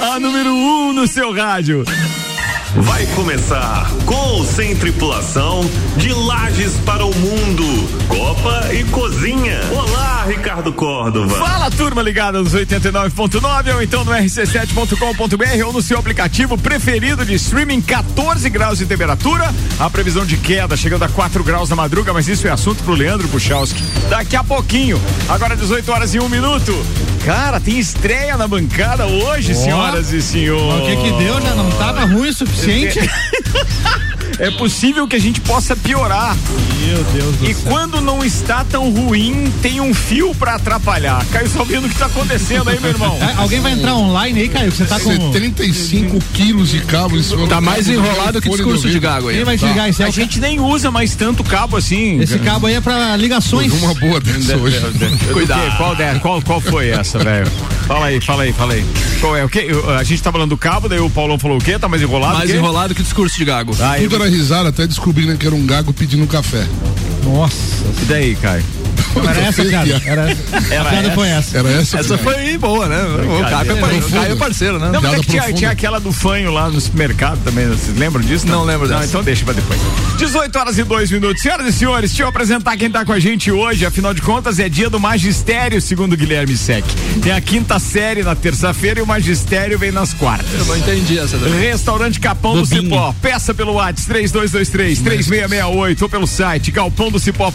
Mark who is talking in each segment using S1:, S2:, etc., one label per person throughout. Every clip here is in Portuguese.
S1: A número 1 um no seu rádio.
S2: Vai começar com ou sem tripulação de Lages para o Mundo, Copa e Cozinha. Olá, Ricardo Córdova.
S1: Fala, turma ligada nos 89.9 ou então no rc7.com.br ou no seu aplicativo preferido de streaming, 14 graus de temperatura. A previsão de queda chegando a 4 graus na madruga, mas isso é assunto pro Leandro Puchalski daqui a pouquinho. Agora 18 horas e 1 minuto. Cara, tem estreia na bancada hoje, senhoras e senhores.
S3: O que que deu, né? Não tava ruim o suficiente?
S1: É possível que a gente possa piorar.
S3: Meu Deus
S1: E quando não está tão ruim, tem um fio pra atrapalhar. Caio Salvino, o que tá acontecendo aí, meu irmão?
S3: Ah, Alguém vai entrar online aí, Caio? que Você tá com.
S4: 75 quilos de cabo em cima
S5: Tá mais enrolado que discurso de gago aí.
S3: Quem vai te ligar esse?
S1: A
S3: é o-
S1: gente nem usa mais tanto cabo assim.
S3: Esse cabo aí é pra ligações.
S4: Uma boa dessa hoje.
S1: O quê? Qual, der- qual, qual foi essa, velho? Fala aí, fala aí, fala aí. Qual é? O quê? Eu- a gente tá falando do cabo, daí o Paulão falou o quê? Tá mais enrolado?
S5: Mais
S1: o quê?
S5: enrolado que discurso de gago.
S1: Ah, e
S4: Tudo era risada até descobrir né, que era um gago pedindo café.
S3: Nossa.
S1: e daí, Caio?
S3: Era essa, cara. Era essa. A piada foi essa.
S4: Era essa?
S5: Essa
S4: cara?
S5: foi boa, né? O Caio é parceiro, o Caio é parceiro, né?
S1: um Não, mas é
S4: Piada
S1: que tinha,
S4: profunda.
S1: tinha aquela do fanho lá no supermercado também, vocês lembram disso?
S5: Não lembro
S1: Não,
S5: dessa.
S1: então deixa pra depois. 18 horas e 2 minutos. Senhoras e senhores, deixa eu apresentar quem tá com a gente hoje. Afinal de contas, é dia do magistério, segundo Guilherme Sec. Tem a quinta série na terça-feira e o magistério vem nas quartas.
S5: Eu não entendi essa. daí.
S1: Restaurante Capão do, Cipó. Peça pelo WhatsApp 3223 3668 ou pelo site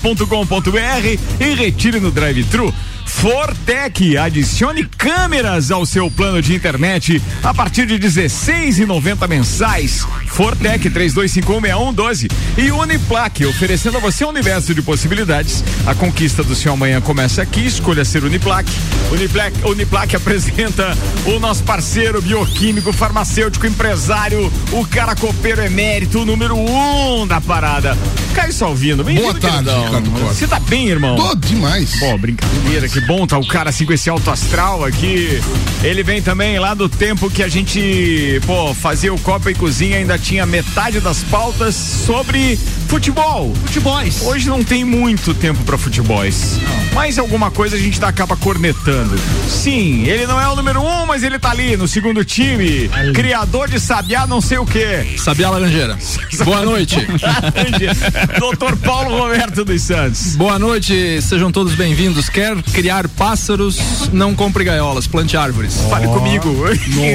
S1: galpondocipó.com.br e retire no drive-thru. Fortec, adicione câmeras ao seu plano de internet a partir de 16,90 mensais. Fortec 32516112 e Uniplaque, oferecendo a você um universo de possibilidades. A conquista do seu amanhã começa aqui, escolha ser Uniplaque. Uniplaque, Uniplaque apresenta o nosso parceiro bioquímico, farmacêutico, empresário, o cara copeiro emérito, o número um da parada. Caio Salvino, bem-vindo.
S4: Boa tarde,
S1: queridão.
S4: Ricardo Costa.
S1: Você tá bem, irmão?
S4: Pô, demais.
S1: Pô, brincadeira, que bom tá o cara assim com esse alto astral aqui. Ele vem também lá do tempo que a gente, pô, fazia o Copa e Cozinha, ainda tinha metade das pautas sobre futebol.
S3: Futebols.
S1: Hoje não tem muito tempo pra futebols. Mas alguma coisa a gente tá acaba cornetando. Sim, ele não é o número um, mas ele tá ali no segundo time. Criador de sabiá não sei o quê.
S5: Sabia Laranjeira. Boa noite.
S1: Doutor Paulo Roberto dos Santos.
S5: Boa noite, sejam todos bem-vindos. Quer criar pássaros? Não compre gaiolas, plante árvores.
S1: Fale comigo.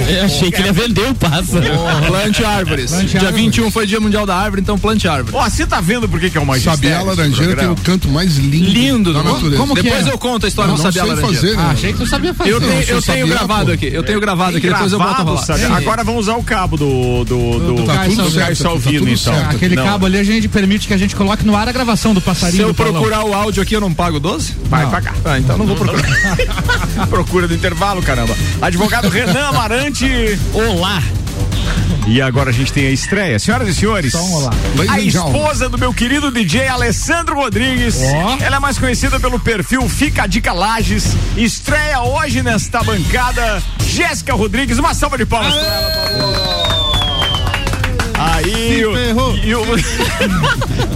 S6: Eu achei que ele ia vender o pássaro.
S5: Plante árvores.
S3: Plante
S5: Dia
S3: árvores.
S5: 21 foi Dia Mundial da Árvore, então plante árvore.
S1: Ó, você tá vendo por que, que é o magistério?
S4: Sabiá
S1: esse
S4: Laranjeira tem
S1: programa?
S4: o canto mais lindo,
S5: Lindo, né?
S4: da
S5: não?
S4: natureza.
S3: Como que
S5: Depois
S3: é?
S5: eu conto a história
S4: não
S5: do
S4: sei
S5: Sabiá Laranjeira.
S4: fazer, né?
S3: Ah, achei que tu sabia fazer.
S5: Eu, tenho,
S4: se eu
S5: eu tenho
S4: sabia,
S5: gravado
S4: pô.
S5: aqui, eu tenho gravado
S1: Tem
S5: aqui, depois eu boto a
S1: gravado,
S5: rolar.
S1: sabe? Agora vamos usar o cabo do, do, do,
S4: Tá
S3: Caio
S4: tudo certo,
S3: Salvino.
S1: Caio
S4: aqui,
S1: Salvino,
S4: tá tudo
S1: então.
S4: certo.
S3: Aquele
S1: Não.
S3: cabo ali a gente permite que a gente coloque no ar a gravação do passarinho.
S5: Se eu
S3: do Paulão.
S5: procurar o áudio aqui, eu não pago 12?
S1: Vai
S3: Não.
S1: pagar.
S5: Ah, então não vou procurar.
S1: Procura do intervalo, caramba. Advogado Renan Amarante.
S6: Olá.
S1: E agora a gente tem a estreia. Senhoras e senhores,
S5: Então,
S3: Só um olá.
S1: a
S4: Ladies and gentlemen.
S1: esposa do meu querido DJ Alessandro Rodrigues.
S3: Ó.
S1: Ela é mais conhecida pelo perfil Fica a Dica Lages. Estreia hoje nesta bancada. Jéssica Rodrigues, uma salva de palmas pra ela, Paulo. Aí, o-
S3: ferrou.
S1: e o-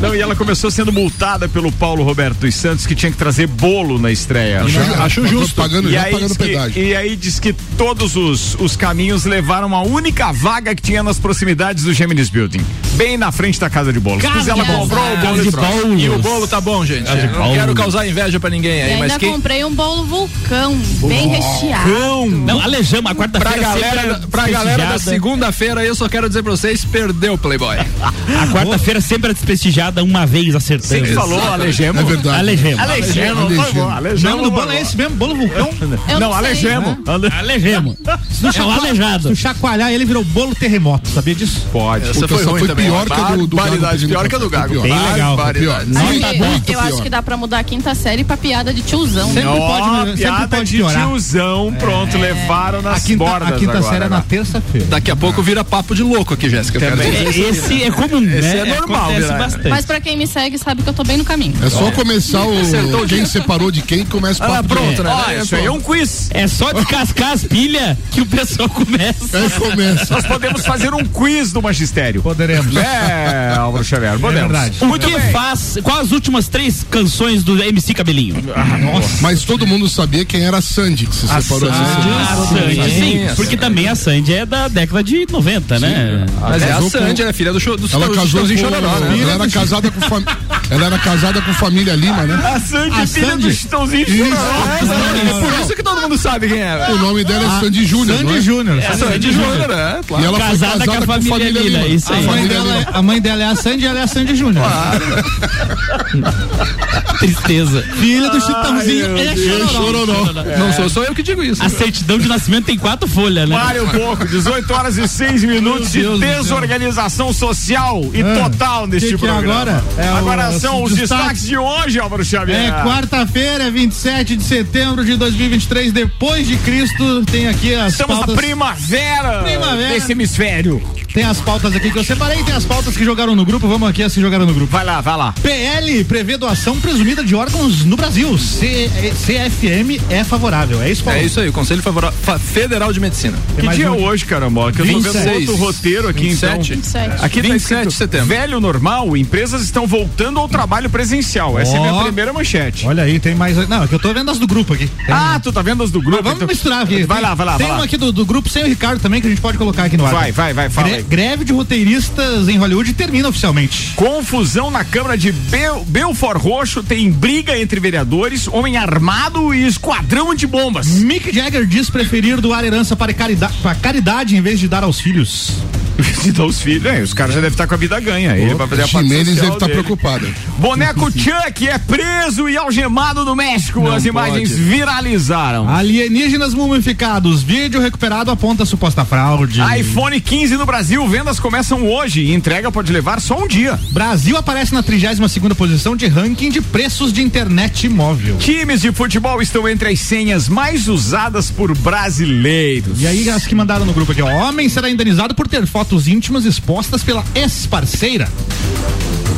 S1: Não, e ela começou sendo multada pelo Paulo Roberto dos Santos, que tinha que trazer bolo na estreia.
S4: Já,
S5: Acho
S4: já
S5: justo.
S4: Pagando,
S1: E
S4: já
S1: aí, diz
S4: pagando pedágio.
S1: que, e aí diz que todos os, os caminhos levaram a única vaga que tinha nas proximidades do Geminis Building. Bem na frente da casa de bolos. Pois ela
S7: Casa
S1: comprou o bolo
S6: Ah, de
S1: de troca.
S6: bolos.
S5: E o bolo tá bom, gente. Eu não quero causar inveja pra ninguém
S7: E
S5: aí, mas
S7: ainda
S5: quem.
S7: comprei um bolo vulcão, bem recheado.
S6: Não, alejamos a
S5: Pra
S6: quarta-feira.
S5: galera,
S6: sempre
S5: pra galera
S6: era
S5: da
S6: desprestigiada.
S5: segunda-feira, eu só quero dizer pra vocês: perdeu, Playboy.
S6: A quarta-feira sempre era desprestigiada, uma vez
S1: Você
S6: acertando.
S1: que falou,
S4: É
S1: Alejemo.
S4: verdade.
S6: Alejemos.
S1: Alejemo.
S4: Alejemo.
S1: foi bom,
S3: O nome
S1: Alejemo.
S3: do bolo é esse mesmo? Bolo vulcão? né?
S7: Eu
S1: Não,
S7: sei.
S1: Alejemo. Ale-
S6: Alejemos. É o
S3: Se
S6: aleijado.
S3: tu chacoalhar, ele virou bolo terremoto. Sabia disso?
S1: Pode.
S4: Puta, essa foi pior que a do- do
S5: Barbaridade,
S4: Gago.
S5: pior que a do
S4: Foi
S5: Gago.
S4: É pior.
S6: Bem legal, foi
S5: Barbaridade.
S7: Só que
S4: tá Muito bom.
S7: eu acho que dá pra mudar a quinta série pra piada de tiozão.
S3: Sempre pode,
S1: Ó,
S3: sempre
S1: piada
S3: pode
S1: de
S3: piorar.
S1: né? tiozão. Pronto, levaram
S3: A
S1: nas
S3: quinta,
S1: bordas
S3: a quinta
S1: agora,
S3: série é na
S1: né?
S3: terça-feira.
S5: Daqui a pouco vira papo de louco aqui, Jéssica. Eu quero também.
S6: Esse é comum,
S5: Esse
S6: né?
S5: é
S3: um
S5: normal,
S6: Acontece
S5: né?
S6: bastante.
S7: Mas pra quem me segue sabe que eu tô bem no caminho.
S4: É só começar
S5: Acertou
S4: o.
S5: o
S4: Quem
S5: dia.
S4: separou de quem começa o
S5: Ah,
S4: papo.
S5: pronto, né?
S1: Ó, isso aí é um quiz.
S6: É só descascar as pilhas que o pessoal começa.
S4: Aí É, começa.
S1: Nós podemos fazer um quiz do magistério.
S3: Poderemos.
S1: É, Álvaro Xavier, podemos.
S3: verdade.
S6: O
S1: Muito
S6: que
S1: bem.
S6: faz? Quais as últimas três canções do MC Cabelinho?
S4: Mas todo mundo sabia quem era a Sandy que se separou
S5: Sandy.
S4: dessa semana.
S6: Ah, a
S5: Sandy,
S6: Sandy, sim.
S5: a
S6: Porque
S5: Sandy.
S6: também a Sandy é da década de 90, né?
S5: Mas é a
S4: Casou com-
S5: Sandy, né? Filha do show do
S4: Ela
S5: do
S4: casou com.
S5: Chitãozinho Chororó, né?
S4: Ela era casada com fam... Ela era casada com família Lima, né?
S1: A Sandy,
S3: A
S1: filha
S3: Sandy.
S1: do Chitãozinho
S4: Isso.
S1: Chororó.
S5: É por isso que todo mundo sabe quem é.
S4: O nome dela é Sandy Júnior. não
S3: Sandy
S4: é?
S3: Júnior.
S5: A Sandy Júnior,
S1: é,
S5: né? Claro.
S4: E ela foi
S6: Casada com a
S4: casada com a
S6: família
S4: família
S6: Lima,
S4: Lima.
S6: isso aí.
S4: A
S3: A mãe,
S4: família
S3: dela é,
S4: Lima.
S3: a mãe dela é a Sandy, ela é a Sandy Júnior.
S6: Tristeza.
S3: Filha do Chitãozinho.
S6: Ele é chororó.
S5: Não sou só eu que digo isso.
S6: A certidão de nascimento tem quatro folhas, né?
S1: Pare um pouco, 18 horas e 6 minutos de
S6: Meu Deus do céu.
S1: desorganização social e
S3: Ah,
S1: total neste
S3: que que é
S1: programa.
S3: agora? É o-
S1: Agora são os
S3: os
S1: destaques
S3: destaques
S1: de hoje, Álvaro Xavier.
S3: É quarta-feira, 27 de setembro de 2023, depois de Cristo. Tem aqui as
S1: Estamos na
S3: pautas.
S1: primavera,
S3: Primavera.
S1: desse hemisfério.
S3: Tem as pautas aqui que eu separei, tem as pautas que jogaram no grupo. Vamos aqui as que jogaram no grupo.
S1: Vai lá, vai lá.
S3: PL prevê doação presumida de órgãos no Brasil. C- CFM é favorável. É isso, Paulo?
S5: É isso aí, o Conselho Favora- Fa- Federal de Medicina.
S1: Que
S3: mais
S1: dia é
S3: um.
S1: hoje, carambola? Que eu tô vendo
S5: 26.
S1: outro roteiro aqui, então.
S7: 27.
S1: Aqui
S5: 27 de setembro.
S1: Velho normal, empresas estão voltando ao trabalho presencial. Essa é
S3: Ó.
S1: minha primeira manchete.
S3: Olha aí, tem mais. Não, é que eu tô vendo as do grupo aqui. Tem-
S1: Ah, tu tá vendo as do grupo?
S3: Vamos
S1: então?
S3: misturar aqui.
S1: Vai
S3: Tem-
S1: lá, vai lá,
S3: Tem
S1: vai
S3: uma
S1: lá.
S3: aqui do, do grupo sem o Ricardo também que a gente pode colocar aqui no ar.
S1: Vai, vai, vai, fala
S3: Gre-
S1: aí.
S3: greve de roteiristas em Hollywood termina oficialmente.
S1: Confusão na Câmara de Bel, Belfort Roxo tem briga entre vereadores, homem armado e esquadrão de bombas.
S3: Mick Jagger diz preferir doar herança para caridade, para caridade em vez de dar aos filhos.
S1: Visitar os filhos, é, os caras já devem estar com a vida ganha. Ele vai fazer a
S4: A
S1: parte
S4: Jimenez
S1: social
S4: deve
S3: tá
S4: estar
S1: dele.
S4: preocupada.
S1: Boneco Chuck é preso e algemado no México. As imagens
S3: Ah,
S1: viralizaram.
S3: Alienígenas mumificados. Vídeo recuperado aponta suposta fraude.
S1: iPhone 15 no Brasil, vendas começam hoje e entrega pode levar só um dia.
S3: Brasil aparece na 32ª posição de ranking de preços de internet móvel.
S1: Times de futebol estão entre as senhas mais usadas por brasileiros.
S3: E aí, as que mandaram no grupo aqui, ó. Homem será indenizado por ter fotos íntimas expostas pela ex-parceira.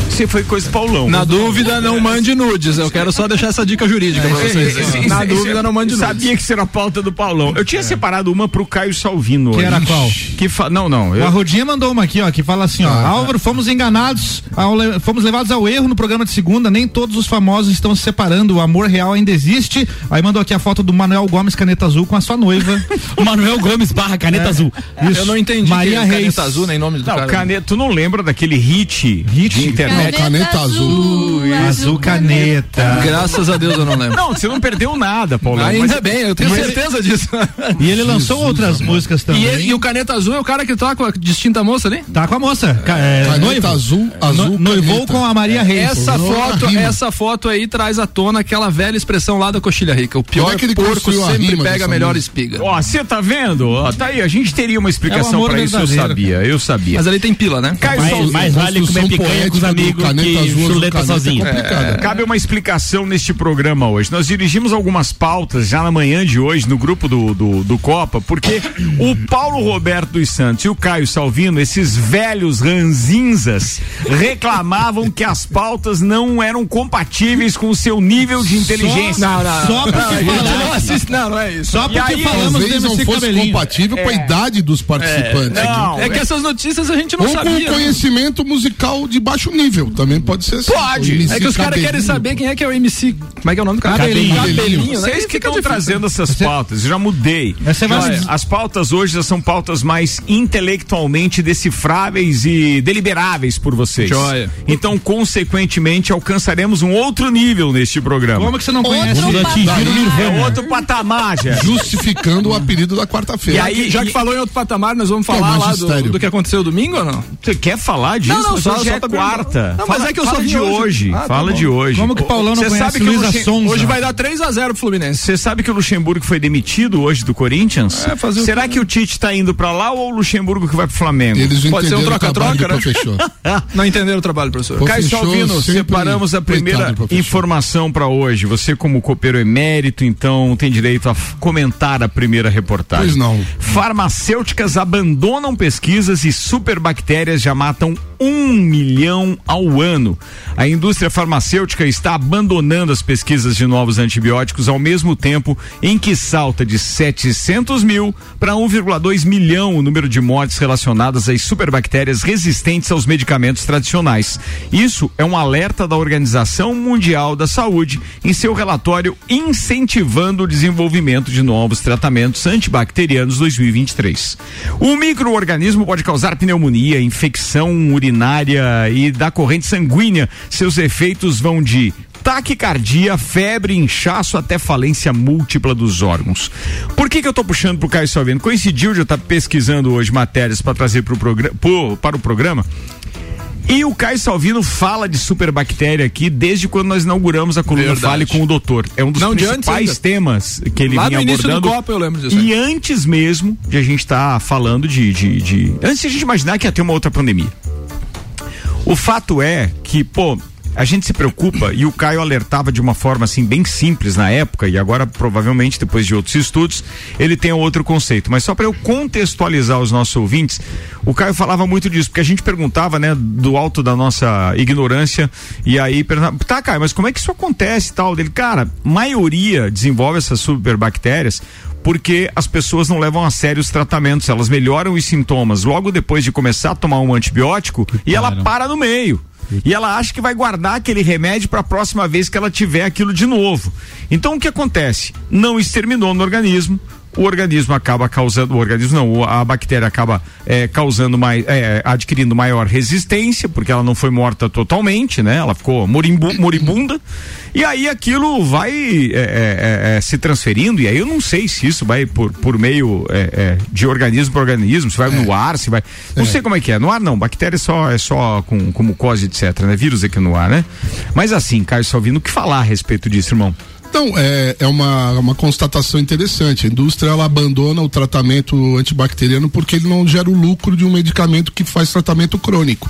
S1: Você foi coisa do Paulão. né?
S5: Na dúvida, não mande nudes. Eu quero só deixar essa dica
S3: É
S5: jurídica pra vocês. né?
S1: Esse- esse-
S5: Na
S1: esse-
S5: dúvida, não mande
S1: eu
S5: nudes. É.
S1: Sabia que isso era a pauta do Paulão. Eu tinha separado uma pro Caio Salvino. hoje.
S3: era qual?
S1: Que fa- Não, não.
S3: O
S1: Eu...
S3: Arrudinha mandou uma aqui, ó, que fala assim, ó. Álvaro, fomos enganados, ao le- fomos levados ao erro no programa de segunda, nem todos os famosos estão se separando, o amor real ainda existe. Aí mandou aqui a foto do Manuel Gomes Caneta Azul com a sua noiva. É.
S6: Manuel Gomes barra caneta azul.
S5: Eu não entendi
S3: Maria
S5: que
S3: Reis.
S5: caneta azul nem nome do
S1: Não,
S5: cara.
S1: caneta, tu não lembra daquele hit, hit? de internet?
S4: caneta
S3: Azul Caneta.
S5: Graças a Deus eu não lembro.
S1: Não, você não perdeu nada, Paulão.
S5: Ainda
S1: Mas-
S5: bem, eu tenho certeza disso.
S3: E ele lançou outras músicas também.
S5: E, ele- e o caneta azul é o cara que tá com a distinta moça ali?
S3: Tá com a moça. ca- é,
S4: Caneta
S3: noivo.
S4: azul, azul
S3: No- noivou
S4: caneta.
S3: com a Maria Reis.
S5: Essa
S4: Pô,
S5: foto,
S4: rima.
S5: essa foto aí traz à tona aquela velha expressão lá da coxilha rica. O pior
S4: Como é que ele
S5: porco
S4: construiu a
S5: sempre
S4: rima
S5: pega
S4: dessa
S5: a melhor
S4: música?
S5: espiga.
S1: Ó, você tá vendo? Ó, tá aí, a gente teria uma
S3: É o
S1: explicação
S3: amor
S1: pra isso, eu
S3: verdadeiro,
S1: sabia, eu sabia.
S5: Mas ali tem pila, né?
S1: Caio
S6: Mais,
S1: Salvino,
S6: mais vale comer
S4: Construção
S6: picanha com os
S4: poética um do
S6: amigos
S4: Caneta
S6: que
S4: Azul, Azul
S6: chuleta
S4: Caneta
S6: sozinho.
S4: é complicada.
S1: Cabe uma explicação neste programa hoje. Nós dirigimos algumas pautas já na manhã de hoje no grupo do, do, do Copa, porque o Paulo Roberto dos Santos e o Caio Salvino, esses velhos ranzinzas, reclamavam que as pautas não eram compatíveis com o seu nível de inteligência.
S5: Não, não, não.
S3: Só porque
S5: Não, gente,
S3: falar-
S5: não assiste, não, não é isso.
S3: Só
S1: E aí,
S3: porque falamos do
S4: Talvez não
S3: MC
S4: fosse
S3: Cabelinho.
S4: compatível com a idade dos participantes.
S1: não.
S5: é que essas notícias a gente não
S4: Ou com
S5: sabia. né?
S4: conhecimento musical de baixo nível, também pode ser assim.
S1: Pode.
S4: O MC
S5: É que os caras
S4: Cabelinho.
S5: querem saber quem é que é o MC. Como é que é o nome do cara?
S4: Cabelinho.
S5: Cabelinho, né?
S1: Vocês
S5: Isso
S1: que
S5: fica
S1: estão
S5: difícil.
S1: trazendo essas pautas, eu já mudei.
S3: Essa é mais-
S1: Olha, As pautas hoje já são pautas mais intelectualmente decifráveis e deliberáveis por vocês.
S5: Joia.
S1: Então, consequentemente, alcançaremos um outro nível neste programa.
S3: Como que você não
S7: Outro
S3: conhece?
S7: Vamos atingir
S4: o
S7: patamar.
S4: Nirvana.
S1: É outro patamar, já.
S4: Justificando o apelido da
S1: E
S4: quarta-feira.
S5: Já que-
S1: aí-
S5: já que falou em outro patamar, nós vamos falar lá do,
S4: magistério.
S5: do que aconteceu domingo ou não?
S1: Você quer falar disso?
S5: Não, não,
S1: Mas
S5: só-
S1: hoje
S5: só
S1: é
S5: pra-
S1: quarta. Nada.
S5: Não,
S1: fala,
S5: mas é que eu
S1: fala
S5: sou
S1: de
S5: de
S1: hoje.
S5: hoje. Ah, tá
S1: fala
S5: bom.
S1: de hoje.
S3: Como que o Paulão não
S1: Cê
S3: conhece
S1: sabe que o
S3: Luísa
S1: Luxem-
S3: Sonza?
S5: Hoje vai dar 3x0 pro Fluminense.
S1: Você sabe que o Luxemburgo foi demitido hoje do Corinthians?
S5: É, fazer o
S1: Será que o Tite tá indo pra lá ou o Luxemburgo que vai pro Flamengo?
S4: Eles
S5: Pode ser um
S4: entenderam o trabalho
S5: troca-troca,
S4: do professor.
S5: Não entenderam o trabalho, professor.
S4: Pô,
S1: Caio
S4: fechou,
S1: Salvino,
S4: sempre
S1: separamos a
S4: coitado
S1: primeira
S4: do professor.
S1: informação para hoje. Você, como copeiro emérito, então tem direito a f- comentar a primeira reportagem.
S4: Pois não.
S1: Farmacêuticas abandonam pesquisas e superbactérias já matam um milhão ao ano. A indústria farmacêutica está abandonando as pesquisas de novos antibióticos ao mesmo tempo em que salta de 700 mil para 1,2 milhão o número de mortes relacionadas às superbactérias resistentes aos medicamentos tradicionais. Isso é um alerta da Organização Mundial da Saúde em seu relatório incentivando o desenvolvimento de novos tratamentos antibacterianos 2023. O microorganismo pode causar pneumonia, infecção urinária e da corrente sanguínea. Seus efeitos vão de taquicardia, febre, inchaço até falência múltipla dos órgãos. Por que que eu tô puxando pro Caio Salvino? Coincidiu de eu estar pesquisando hoje matérias para trazer pro programa, para o programa. E o Caio Salvino fala de superbactéria aqui desde quando nós inauguramos a coluna
S5: Verdade.
S1: Fale com o Doutor. É um dos
S5: Não, de antes
S1: principais
S5: ainda.
S1: temas que ele
S5: Lá
S1: vinha
S5: no início do
S1: abordando.
S5: Copa eu lembro disso aí.
S1: E antes mesmo de a gente estar falando de, de, de- Antes de a gente imaginar que ia ter uma outra pandemia. O fato é que, pô, a gente se preocupa e o Caio alertava de uma forma assim bem simples na época e agora provavelmente depois de outros estudos ele tem um outro conceito. Mas só para eu contextualizar os nossos ouvintes, o Caio falava muito disso porque a gente perguntava, né, do alto da nossa ignorância e aí perguntava, tá, Caio, mas como é que isso acontece e tal dele? Cara, maioria desenvolve essas superbactérias porque as pessoas não levam a sério os tratamentos, elas melhoram os sintomas logo depois de começar a tomar um antibiótico e ela para no meio. E ela acha que vai guardar aquele remédio para a próxima vez que ela tiver aquilo de novo. Então o que acontece? Não exterminou no organismo, o organismo acaba causando, o organismo não, o- a bactéria acaba eh, causando mais, eh, adquirindo maior resistência, porque ela não foi morta totalmente, né? Ela ficou morimbu- moribunda. E aí aquilo vai eh, eh, eh, eh, se transferindo, e aí eu não sei se isso vai por, por meio eh, eh, de organismo para organismo, se vai no ar, se vai. Não sei como é que é. No ar não, bactéria é só, é só com, com mucose, etc, né? Vírus aqui no ar, né? Mas assim, Caio Salvino, o que falar a respeito disso, irmão?
S4: Então, é, é uma, uma constatação interessante. A indústria ela abandona o tratamento antibacteriano porque ele não gera o lucro de um medicamento que faz tratamento crônico.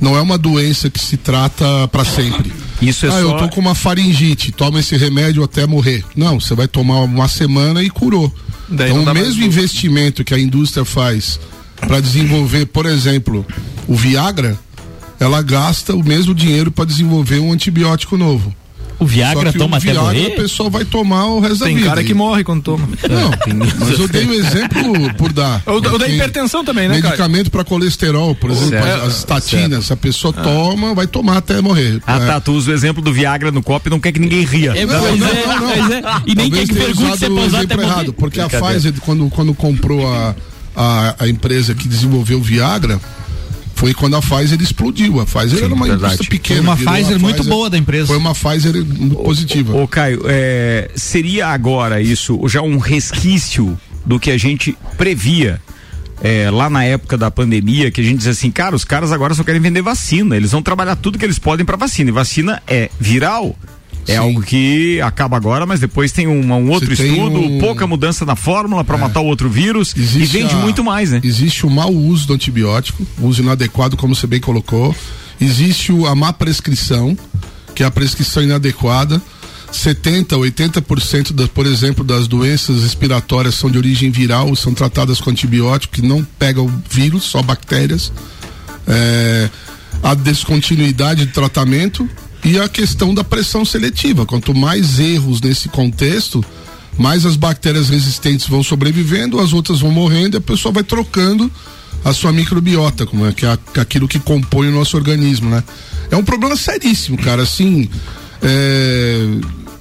S4: Não é uma doença que se trata para sempre.
S1: Isso é
S4: ah, eu
S1: só-
S4: tô com uma faringite, toma esse remédio até morrer. Não, você vai tomar uma semana e curou.
S5: Daí não
S4: então,
S5: dá
S4: o
S5: mais
S4: mesmo
S5: lucro.
S4: investimento que a indústria faz para desenvolver, por exemplo, o Viagra, ela gasta o mesmo dinheiro para desenvolver um antibiótico novo.
S6: O Viagra
S4: Só que
S6: toma
S4: o
S6: até
S4: Viagra a
S6: morrer?
S4: pessoa vai tomar o resto da
S5: Tem
S4: vida.
S5: cara que morre quando toma.
S4: Não, mas eu dei um exemplo por dar.
S5: O da- o da
S4: Tem
S5: hipertensão também, né, cara?
S4: Medicamento para colesterol, por exemplo,
S5: Certo, Ah.
S4: as estatinas, a pessoa toma, vai tomar até morrer.
S1: Ah,
S4: É.
S1: tá, tu usa o exemplo do Viagra no copo e não quer que ninguém ria.
S6: É,
S4: Não,
S6: pois
S4: não, não,
S6: é,
S4: não.
S6: pois é. E nem quem
S4: Talvez
S6: que
S4: tenha
S6: pergunte
S4: usado
S6: se é
S4: o
S6: pra usar até
S4: exemplo
S6: morrer.
S4: errado, porque a Pfizer, quando, quando comprou a, a, a empresa que desenvolveu o Viagra, foi quando a Pfizer explodiu. A Pfizer era uma
S1: verdade.
S4: indústria pequena.
S3: Uma
S4: virou a
S3: Pfizer muito boa da empresa.
S4: Foi uma Pfizer muito positiva.
S1: Ô, Caio, é, seria agora isso já um resquício do que a gente previa é, lá na época da pandemia, que a gente diz assim, cara, os caras agora só querem vender vacina, eles vão trabalhar tudo que eles podem pra vacina. E vacina é viral. É
S4: Sim.
S1: algo que acaba agora, mas depois tem uma- um outro
S4: tem
S1: estudo,
S4: um- É.
S1: pouca mudança na fórmula pra matar o outro vírus e
S4: Existe
S1: vende
S4: a-
S1: muito mais, né?
S4: Existe o mau uso do antibiótico, o uso inadequado, como você bem colocou. Existe o- a má prescrição, que é a prescrição inadequada. 70, 80% das, por exemplo, das doenças respiratórias são de origem viral, são tratadas com antibiótico que não pegam vírus, só bactérias. É, a descontinuidade de tratamento e a questão da pressão seletiva. Quanto mais erros nesse contexto, mais as bactérias resistentes vão sobrevivendo, as outras vão morrendo e a pessoa vai trocando a sua microbiota, como é que é a- aquilo que compõe o nosso organismo, né? É um problema seríssimo, cara. Assim, é,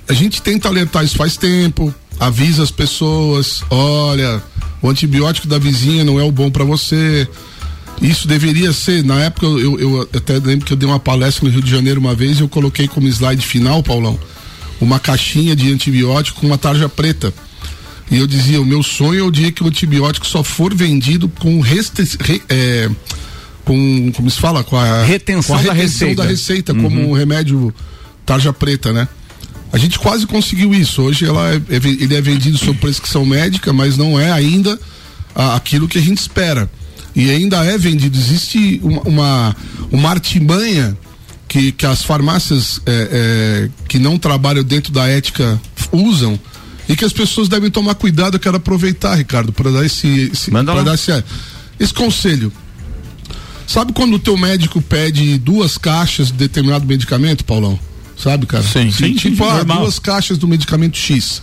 S4: a gente tenta alertar isso faz tempo, avisa as pessoas, olha, o antibiótico da vizinha não é o bom pra você. Isso deveria ser, na época eu, eu- eu até lembro que eu dei uma palestra no Rio de Janeiro uma vez e eu coloquei como slide final, Paulão, uma caixinha de antibiótico com uma tarja preta. E eu dizia, o meu sonho é o dia que o antibiótico só for vendido com, restri- re- é, com, como se fala, com a
S1: Retenção
S4: com a
S1: da receita. Uhum.
S4: da receita, como um remédio tarja preta, né? A gente quase conseguiu isso. Hoje ela é, é ve- ele é vendido sob prescrição médica, mas não é ainda a- aquilo que a gente espera. E ainda é vendido. Existe uma, uma, uma artimanha que, que as farmácias é, é, que não trabalham dentro da ética usam e que as pessoas devem tomar cuidado. Eu quero aproveitar, Ricardo, para dar esse, esse,
S1: Manda
S4: pra
S1: lá.
S4: dar esse, esse conselho. Sabe quando o teu médico pede duas caixas de determinado medicamento, Paulão? Sabe, cara?
S6: Sim, sim,
S4: Tipo,
S6: sim,
S4: ah,
S6: normal.
S4: duas caixas do medicamento X.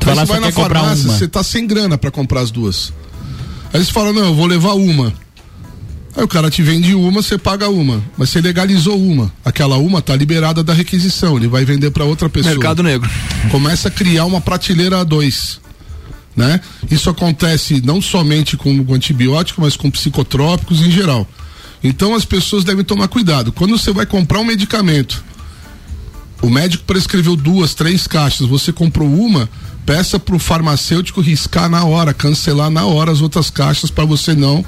S6: vai
S4: Aí
S6: lá,
S4: você
S6: só
S4: vai na
S6: quer comprar
S4: farmácia,
S6: uma.
S4: você tá sem grana pra comprar as duas. Aí você fala, não, eu vou levar uma. Aí o cara te vende uma, você paga uma. Mas você legalizou uma. Aquela uma tá liberada da requisição, ele vai vender pra outra pessoa
S5: Mercado Negro.
S4: começa a criar uma prateleira a dois. Né? Isso acontece não somente com o antibiótico, mas com psicotrópicos em geral. Então as pessoas devem tomar cuidado. Quando você vai comprar um medicamento, o médico prescreveu duas, três caixas, você comprou uma, peça para o farmacêutico riscar na hora, cancelar na hora as outras caixas para você não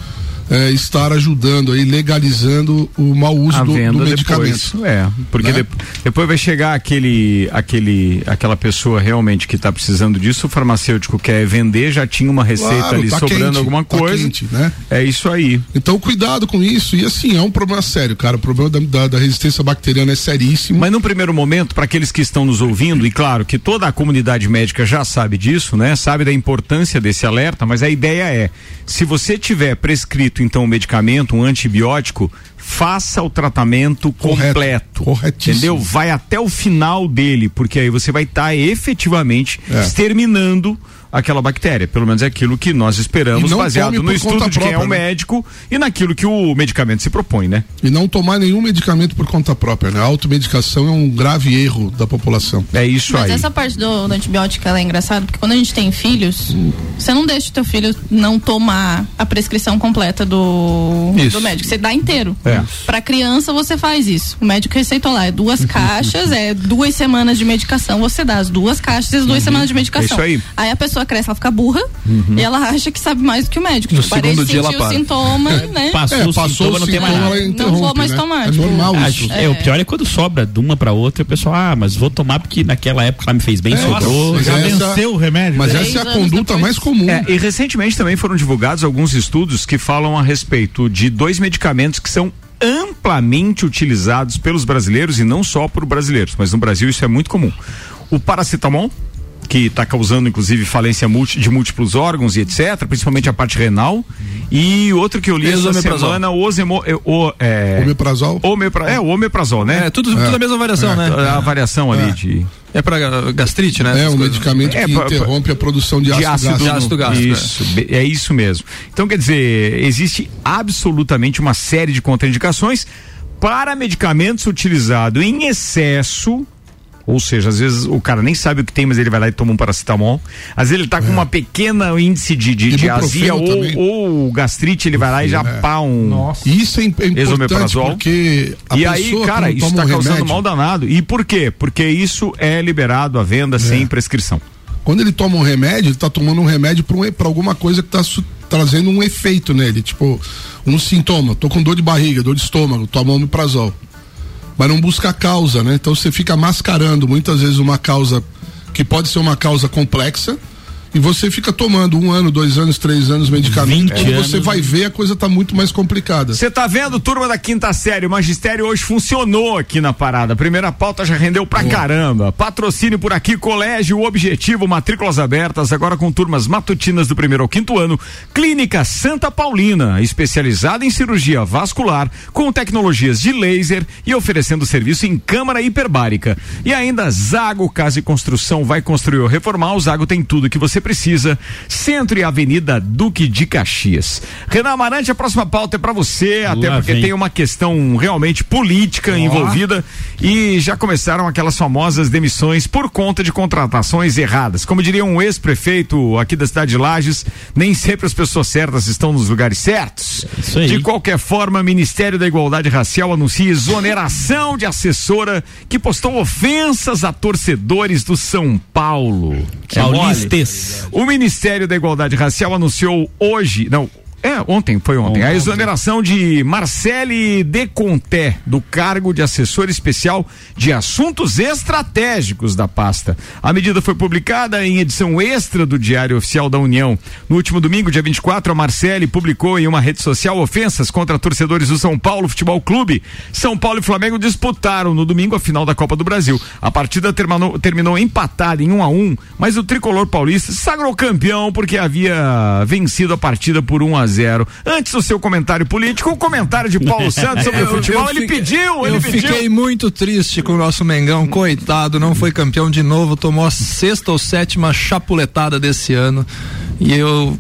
S4: eh, estar ajudando aí, legalizando o mau uso
S1: a
S4: do, do
S1: venda
S4: medicamento.
S1: depois. É, porque
S4: Né?
S1: dep- depois vai chegar aquele, aquele, aquela pessoa realmente que está precisando disso, o farmacêutico quer vender, já tinha uma receita
S4: Claro,
S1: ali
S4: tá
S1: sobrando
S4: quente,
S1: alguma
S4: tá
S1: coisa.
S4: quente, né?
S1: É isso aí.
S4: Então, cuidado com isso. E assim, é um problema sério, cara. O problema da, da- da resistência bacteriana é seríssimo.
S1: Mas num primeiro momento, para aqueles que estão nos ouvindo, e claro que toda a comunidade médica já sabe disso, né? Sabe da importância desse alerta, mas a ideia é, se você tiver prescrito então um medicamento, um antibiótico, faça o tratamento
S4: Correto.
S1: completo.
S4: Corretíssimo.
S1: Entendeu? Vai até o final dele, porque aí você vai estar efetivamente
S4: É.
S1: exterminando aquela bactéria, pelo menos é aquilo que nós esperamos,
S4: E não
S1: baseado
S4: come
S1: no
S4: por
S1: estudo
S4: conta
S1: de quem é
S4: própria,
S1: o
S4: né?
S1: médico e naquilo que o medicamento se propõe, né?
S4: E não tomar nenhum medicamento por conta própria, né? A automedicação é um grave erro da população.
S1: É isso
S7: Mas
S1: aí.
S7: essa parte do, do antibiótico ela é engraçada, porque quando a gente tem filhos, você não deixa o teu filho não tomar a prescrição completa do,
S5: Isso.
S7: do médico. Você dá inteiro.
S1: É.
S7: Pra criança, você faz isso. O médico receitou lá, é duas caixas, é duas semanas de medicação. Você dá as duas caixas e as duas semanas de medicação.
S1: É isso aí.
S7: a pessoa cresce, ela fica burra e ela acha que sabe mais do que o médico.
S5: No
S7: Tipo, parei de
S5: segundo dia,
S7: sentir
S5: ela
S7: o
S5: para.
S7: sintoma, né?
S6: Passou,
S4: É,
S6: o
S4: passou
S6: sintoma,
S4: o
S6: não tem mais
S4: sintoma,
S6: nada.
S4: ela
S7: Não
S4: interrompe,
S7: vou mais
S4: né?
S7: tomar,
S4: É
S7: tipo,
S4: normal isso.
S6: Acho- é, o pior é quando sobra de uma pra outra e o pessoal, ah, mas vou tomar porque naquela época ela me fez bem,
S4: É,
S6: sobrou.
S4: mas
S3: Já
S4: essa-
S3: venceu o remédio?
S4: Mas
S7: Três
S4: essa é a
S7: anos
S4: conduta
S7: depois.
S4: mais comum.
S1: É, e recentemente também foram divulgados alguns estudos que falam a respeito de dois medicamentos que são amplamente utilizados pelos brasileiros e não só por brasileiros, mas no Brasil isso é muito comum. O paracetamol, que está causando inclusive falência multi- de múltiplos órgãos e etc, principalmente a parte renal, e outro que eu li essa
S5: Esomeprazol.
S1: semana, o ozemo, eh, o, é,
S4: Omeprazol.
S1: omepra- é, o omeprazol, né?
S5: É, tudo, tudo a mesma variação, né?
S1: A variação ali de
S5: É pra gastrite, né?
S4: É
S5: Essas
S4: um
S5: coisas.
S4: medicamento
S1: É,
S4: que
S1: pra- pra-
S4: interrompe a produção de
S1: de
S4: ácido,
S1: ácido,
S4: gástrico.
S5: ácido gástrico,
S1: Isso, be- é isso mesmo. Então, quer dizer, existe absolutamente uma série de contraindicações para medicamentos utilizados em excesso. Ou seja, às vezes o cara nem sabe o que tem, mas ele vai lá e toma um paracetamol. Às vezes ele tá com uma pequena índice de, de, de
S4: Ibuprofeno
S1: azia ou,
S4: É. também. é.
S1: ou gastrite, ele vai lá e já pá um.
S4: E Isso é im- é importante
S1: Esomeprazol.
S4: porque a
S1: E
S4: pessoa
S1: aí, cara,
S4: quando
S1: isso
S4: toma
S1: está
S4: um
S1: causando
S4: remédio,
S1: mal danado. E por quê? Porque isso é liberado à venda
S4: É.
S1: sem prescrição.
S4: quando ele toma um remédio, ele tá tomando um remédio pra, um- pra alguma coisa que tá su- trazendo um efeito nele, tipo, um sintoma, tô com dor de barriga, dor de estômago, toma omeprazol. Mas não busca a causa, né? Então você fica mascarando muitas vezes uma causa que pode ser uma causa complexa e você fica tomando um ano, dois anos, três anos medicamento,
S6: 20
S4: quando você
S6: anos,
S4: vai ver a coisa tá muito mais complicada.
S1: Você tá vendo, turma da quinta série, o magistério hoje funcionou aqui na parada. A primeira pauta já rendeu pra caramba. Patrocínio por aqui, colégio, objetivo, matrículas abertas, agora com turmas matutinas do primeiro ao quinto ano. Clínica Santa Paulina, especializada em cirurgia vascular, com tecnologias de laser e oferecendo serviço em câmara hiperbárica. E ainda Zago Casa e Construção vai construir ou reformar. O Zago tem tudo que você precisa. Centro e Avenida Duque de Caxias. Renan Amarante, a próxima pauta é pra você, até
S6: Lá
S1: porque
S6: vem.
S1: tem uma questão realmente política envolvida e já começaram aquelas famosas demissões por conta de contratações erradas. Como diria um ex-prefeito aqui da cidade de Lages, nem sempre as pessoas certas estão nos lugares certos.
S6: isso aí.
S1: De qualquer forma, Ministério da Igualdade Racial anuncia exoneração de assessora que postou ofensas a torcedores do São Paulo. É mole?
S6: Paulistas.
S1: O Ministério da Igualdade Racial anunciou hoje, não, É, ontem, foi ontem. A exoneração de Marcele Deconté do cargo de assessor especial de assuntos estratégicos da pasta. A medida foi publicada em edição extra do Diário Oficial da União. No último domingo, dia 24, a Marcele publicou em uma rede social ofensas contra torcedores do São Paulo Futebol Clube. São Paulo e Flamengo disputaram no domingo a final da Copa do Brasil. A partida terminou, terminou empatada em 1 um a 1, um, mas o tricolor paulista se sagrou campeão porque havia vencido a partida por 1 a 0. Antes do seu comentário político, o comentário de Paulo Santos sobre o futebol, ele
S5: fiquei-
S1: pediu, ele
S5: eu
S1: pediu.
S5: fiquei muito triste com o nosso Mengão, coitado, não foi campeão de novo, tomou a sexta ou sétima chapuletada desse ano e eu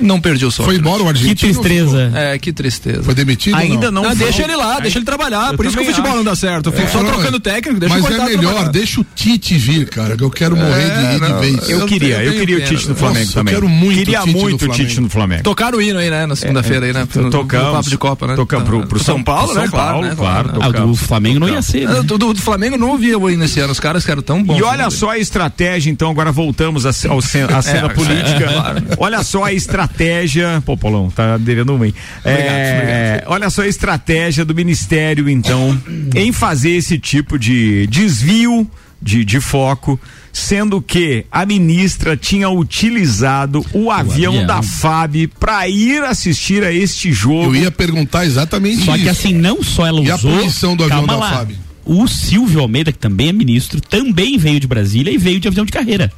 S5: não perdi o sonho.
S4: Foi embora o
S6: Que
S4: argentino?
S6: tristeza.
S5: É, que tristeza.
S4: Foi demitido?
S1: Ainda não,
S5: Não,
S1: foi.
S5: deixa ele lá, deixa ele trabalhar.
S1: Eu
S5: Por isso que o
S1: também
S5: futebol
S1: acho. É.
S5: não dá certo. Fica Só
S4: Não,
S5: trocando técnico, deixa
S4: Mas
S5: o
S4: é
S5: coitado
S4: melhor,
S5: trabalhar.
S4: deixa o Tite vir, cara, que eu quero morrer de, de
S5: não,
S4: vez.
S1: Eu
S5: Eu
S1: queria,
S5: tenho-
S1: eu
S5: tenho
S1: queria o
S5: pena.
S1: Tite no Flamengo
S4: Nossa, eu
S1: também.
S4: quero muito
S1: queria
S4: o Tite do
S1: muito o Tite
S4: Flamengo.
S1: no Flamengo.
S5: Tocaram o hino aí, né? Na segunda-feira aí, né? No- no
S1: É, Tocamos.
S5: papo de Copa, né?
S1: Tocamos pro, pro São Paulo,
S5: São
S1: né?
S5: Paulo, né?
S1: claro.
S6: Ah, o do Flamengo não ia ser, né?
S5: Eu, Do, do Flamengo não ouvia o hino esse ano, os caras que eram tão bons. né?
S1: E olha só a estratégia, então, agora voltamos à ce- ao cen- à cena política. Olha só a estratégia. Pô, Paulão, tá devendo uma, hein? É, Olha só a estratégia do Ministério, então, em fazer esse tipo de desvio de, de foco. Sendo que a ministra tinha utilizado o avião,
S6: avião.
S1: da FAB para ir assistir a este jogo.
S4: Eu ia perguntar exatamente
S6: Só que
S4: isso.
S6: assim, não só ela
S4: E a
S6: usou.
S4: punição do avião
S6: calma
S4: da
S6: lá.
S4: FAB?
S6: O Silvio Almeida, que também é ministro, também veio de Brasília e veio de avião de carreira.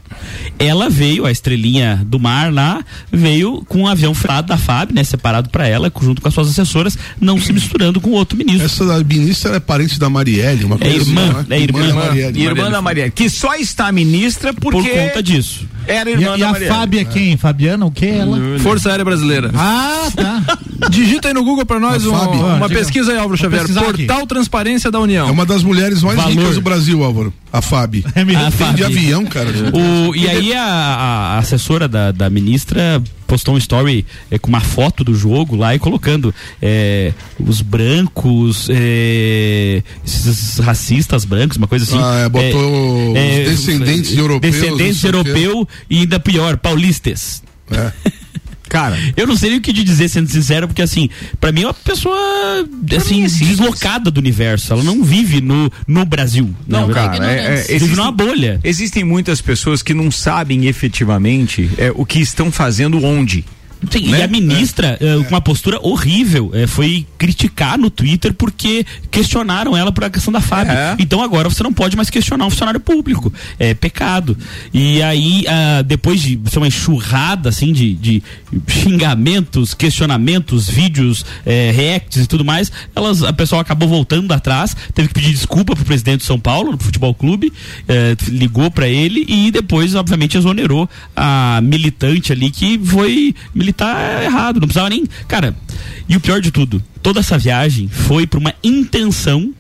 S6: Ela veio, a estrelinha do mar lá, veio com um avião freado da FAB, né? Separado para ela, junto com as suas assessoras, não se misturando com outro ministro.
S4: Essa da ministra é parente da Marielle, uma coisa
S6: irmã,
S4: assim, né?
S6: é irmã.
S4: da
S6: Irmã.
S4: Marielle.
S1: Irmã da Maria, que só está ministra porque
S6: Por conta disso.
S1: era
S3: E,
S1: irmã
S3: a- e
S1: da
S3: a
S1: Maria.
S3: Fábia é quem? Fabiana, o que é ela?
S5: Força Aérea Brasileira.
S3: Ah, tá.
S5: Digita aí no Google pra nós um-
S4: Fábio,
S5: uma
S3: diga.
S5: pesquisa aí, Álvaro Xavier.
S3: pesquisar aqui.
S5: Portal Transparência da
S4: É
S5: União.
S4: uma das mulheres mais
S6: Valor.
S4: ricas do Brasil, Álvaro. A FAB.
S3: É
S6: A
S3: mesmo.
S4: Tem
S6: FAB.
S4: de avião, cara. né?
S6: O- e aí a, a assessora da, da ministra postou um story eh, com uma foto do jogo lá e colocando eh, os brancos, eh, esses racistas brancos, uma coisa assim.
S4: Ah, é, botou
S6: Eh,
S4: os descendentes de europeus,
S6: Descendentes
S4: não sei o quê.
S6: europeu e ainda pior, paulistas.
S4: É.
S1: Cara,
S6: Eu não sei nem o que te dizer, sendo sincero, porque assim, pra mim é uma pessoa assim,
S4: é
S6: deslocada do universo. Ela não vive no, no Brasil. na
S1: Não,
S6: verdade.
S1: cara, é, é,
S7: Ignorantes.
S6: Vive
S1: existem-
S4: um
S6: numa bolha.
S1: Existem muitas pessoas que não sabem efetivamente é, o que estão fazendo onde.
S6: Sim,
S1: né?
S6: E a ministra, eh, com uma postura horrível, eh, foi criticar no Twitter porque questionaram ela por a questão da FAB.
S1: É.
S6: Então agora você não pode mais questionar um funcionário público. É pecado. E aí, ah, depois de ser uma enxurrada assim, de, de xingamentos, questionamentos, vídeos, eh, reacts e tudo mais, elas, a pessoa acabou voltando atrás, teve que pedir desculpa pro presidente de São Paulo, do futebol clube, eh, ligou pra ele e depois, obviamente, exonerou a militante ali que foi militar errado, não precisava nem. Cara, e o pior de tudo, toda essa viagem foi por uma intenção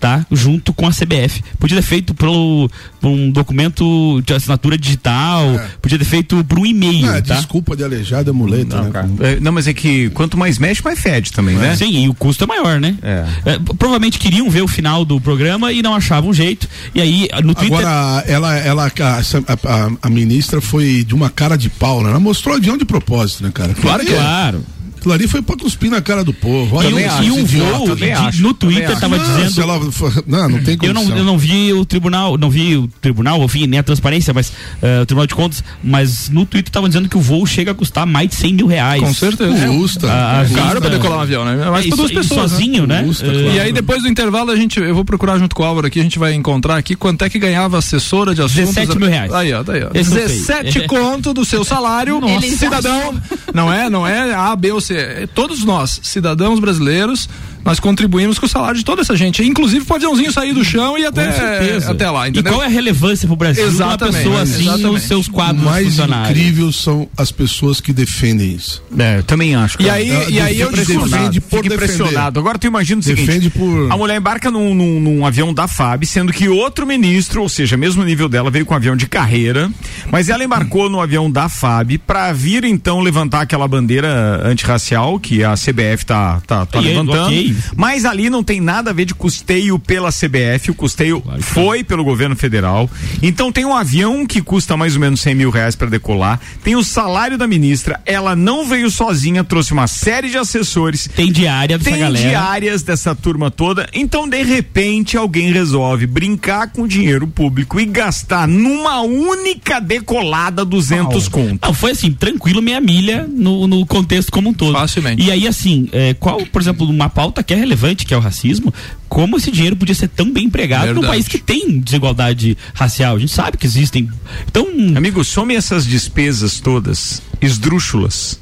S6: tá? Junto com a CBF. Podia ter feito pelo por um documento de assinatura digital, podia ter feito por um e-mail,
S4: Ah,
S6: tá?
S4: Desculpa de aleijada, muleta, né?
S1: É, não, mas é que quanto mais mexe, mais fede também, né?
S6: Sim, e o custo é maior, né?
S1: É.
S6: É, provavelmente queriam ver o final do programa e não achavam um jeito. E aí, no Twitter.
S4: Agora, ela, ela, a, essa- a- a- a ministra foi de uma cara de pau, né? Ela mostrou o avião de propósito, né, cara?
S6: claro,
S4: Aquilo ali-
S6: claro.
S4: Aquilo ali foi pra cuspir na cara do povo. Olha
S6: E um,
S1: também acho,
S6: e um
S4: idiota.
S6: voo
S1: também
S6: de-
S1: acho,
S6: no
S1: também
S6: Twitter
S1: acho.
S6: tava
S4: Não,
S6: dizendo.
S4: se ela for- Não, não tem
S6: Eu não,
S4: condição.
S6: eu não vi o tribunal, não vi o tribunal, enfim, nem a transparência, mas eh, o tribunal de contas, mas no Twitter tava dizendo que o voo chega a custar mais de 100 mil reais.
S5: Com certeza.
S4: Custa.
S6: Ah,
S5: É caro
S6: custa-
S5: pra decolar um avião, né? Mas
S6: e
S5: pra duas
S6: so- É e
S5: pessoas. né?
S6: sozinho, né?
S4: Custa,
S6: Eh,
S4: claro.
S5: E aí depois do intervalo a gente, eu vou procurar junto com o Álvaro aqui, a gente vai encontrar aqui quanto é que ganhava a assessora de assuntos.
S6: 17 mil reais.
S5: Aí, ó, tá aí, ó.
S6: Esse é eu sei.
S5: 17 conto do seu salário,
S7: Ele
S5: cidadão. Não é, não é A, B ou C. É todos nós, cidadãos brasileiros, nós contribuímos com o salário de toda essa gente. Inclusive o aviãozinho sair do chão e
S6: Com
S5: até,
S6: certeza.
S5: É, até lá,
S6: E
S5: entendeu?
S6: qual é a relevância pro Brasil de uma
S5: Exatamente,
S6: pessoa assim nos
S5: exatamente.
S6: seus
S4: O
S6: quadros
S4: mais
S6: funcionários?
S4: incrível são as pessoas que defendem isso.
S1: É, eu também acho.
S5: E aí, e aí eu
S4: Defende
S5: discordo.
S4: por
S1: Fico impressionado. Agora tu imagina o seguinte:
S4: Defende por-
S1: a mulher embarca num, num- num avião da FAB, sendo que outro ministro, ou seja, mesmo nível dela, veio com um avião de carreira, mas ela embarcou no avião da FAB pra vir então levantar aquela bandeira antirracial que a CBF tá, tá, tá
S6: E aí,
S1: levantando.
S6: ok, Sim.
S1: Mas ali não tem nada a ver de custeio pela CBF, o custeio
S6: Claro que
S1: foi pelo governo federal. Então tem um avião que custa mais ou menos 100 mil reais para decolar, tem o salário da ministra, ela não veio sozinha, trouxe uma série de assessores,
S6: Tem diária dessa
S1: tem
S6: galera.
S1: diárias dessa turma toda. Então, de repente, alguém resolve brincar com dinheiro público e gastar numa única decolada 200 conto.
S6: Não, foi assim, tranquilo, meia milha no, no contexto como um todo.
S5: Facilmente.
S6: E aí, assim, é, qual, por exemplo, uma pauta que é relevante, que é o racismo, como esse dinheiro podia ser tão bem empregado num
S5: Verdade.
S6: país que tem desigualdade racial? A gente sabe que existem. Então,
S1: Amigo, some essas despesas todas esdrúxulas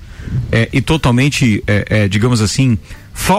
S1: é, e totalmente, é, é, digamos assim,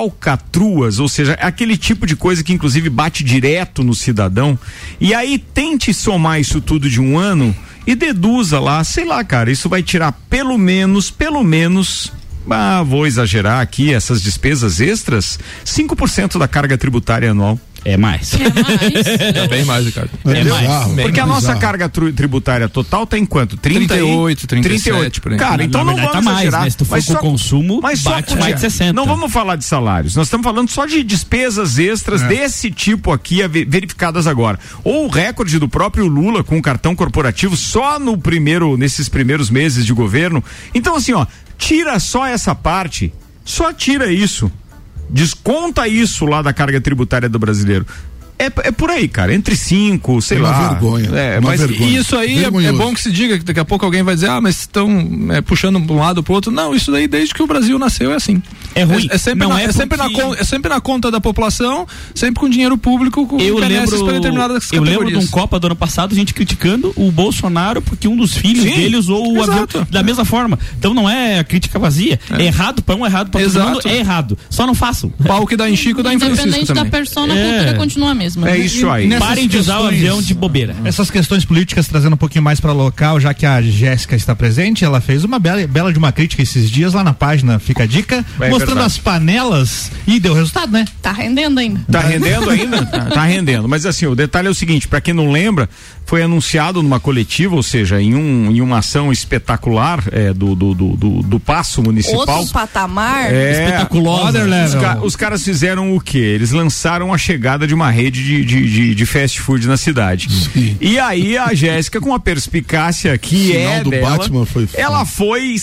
S1: falcatruas, ou seja, aquele tipo de coisa que inclusive bate direto no cidadão. E aí tente somar isso tudo de um ano e deduza lá, sei lá, cara, isso vai tirar pelo menos, pelo menos. Ah, vou exagerar aqui, essas despesas extras, 5% da carga tributária anual.
S6: é mais.
S7: É mais.
S5: É bem mais, Ricardo.
S6: É mais.
S4: bizarro,
S5: Bem
S1: Porque a
S4: bizarro.
S1: nossa carga tru- tributária total tem quanto? 30 e-
S5: 38, 37, por aí.
S1: Cara,
S6: Na-
S1: então
S6: na
S1: não
S6: verdade,
S1: vamos
S6: tá mais,
S1: exagerar.
S6: né? Se tu for
S1: mas
S6: com
S1: só-
S6: consumo,
S1: mas só
S6: bate
S1: com
S6: mais de
S1: dinheiro.
S6: 60.
S1: Não vamos falar de salários. Nós estamos falando só de despesas extras
S5: É.
S1: desse tipo aqui a ve- verificadas agora. Ou o recorde do próprio Lula com o cartão corporativo só no primeiro nesses primeiros meses de governo. Então assim, ó, tira só essa parte, só tira isso. Desconta isso lá da carga tributária do brasileiro. É, é por aí, cara. Entre cinco, sei
S4: É uma
S1: lá.
S4: vergonha,
S1: É,
S4: uma
S1: mas
S4: vergonha.
S5: E isso aí é, é
S4: Vergonhoso.
S5: bom que se diga, que daqui a pouco alguém vai dizer, ah, mas estão é, puxando de um lado pro outro. Não, isso daí desde que o Brasil nasceu é assim.
S6: É ruim.
S5: É, sempre,
S6: Não
S5: na,
S6: é
S5: é, sempre na
S6: porque-
S5: con- é sempre na conta da população, sempre com dinheiro público, com
S6: Eu
S5: benesses
S6: lembro,
S5: para determinadas
S6: eu lembro de
S5: categorias.
S6: um Copa do ano passado, gente criticando o Bolsonaro porque um dos filhos
S5: Sim,
S6: dele usou o avião
S5: exato.
S6: da mesma forma. Então não é a crítica vazia. É, errado para um, é errado para todo
S5: Exato.
S6: mundo, é errado. Só não façam.
S5: Pau que dá em Chico, dá em Francisco
S7: Independente da
S5: também.
S7: persona, a
S6: É.
S7: cultura continua a mesma.
S1: É isso aí.
S3: Nessas
S6: Parem de usar o
S3: questões-
S6: avião de bobeira.
S3: Essas questões políticas trazendo um pouquinho mais para local, já que a Jéssica está presente, ela fez uma bela, bela de uma crítica esses dias lá na página Fica a Dica,
S1: É
S3: mostrando
S1: verdade.
S3: as panelas e deu resultado, né?
S7: Tá rendendo ainda.
S1: Tá rendendo ainda? tá, tá rendendo. Mas assim, o detalhe é o seguinte, para quem não lembra, foi anunciado numa coletiva, ou seja, em, um, em uma ação espetacular eh, do, do, do, do, do Passo Municipal.
S7: Outro patamar.
S1: É.
S6: Espetaculosa.
S3: Other level.
S1: Os, ca- os caras fizeram o quê? Eles lançaram a chegada de uma rede de, de, de- de fast food na cidade. E aí a Jéssica, com a perspicácia que
S4: Sinal
S1: é
S4: do
S1: dela,
S4: Batman foi-
S1: ela foi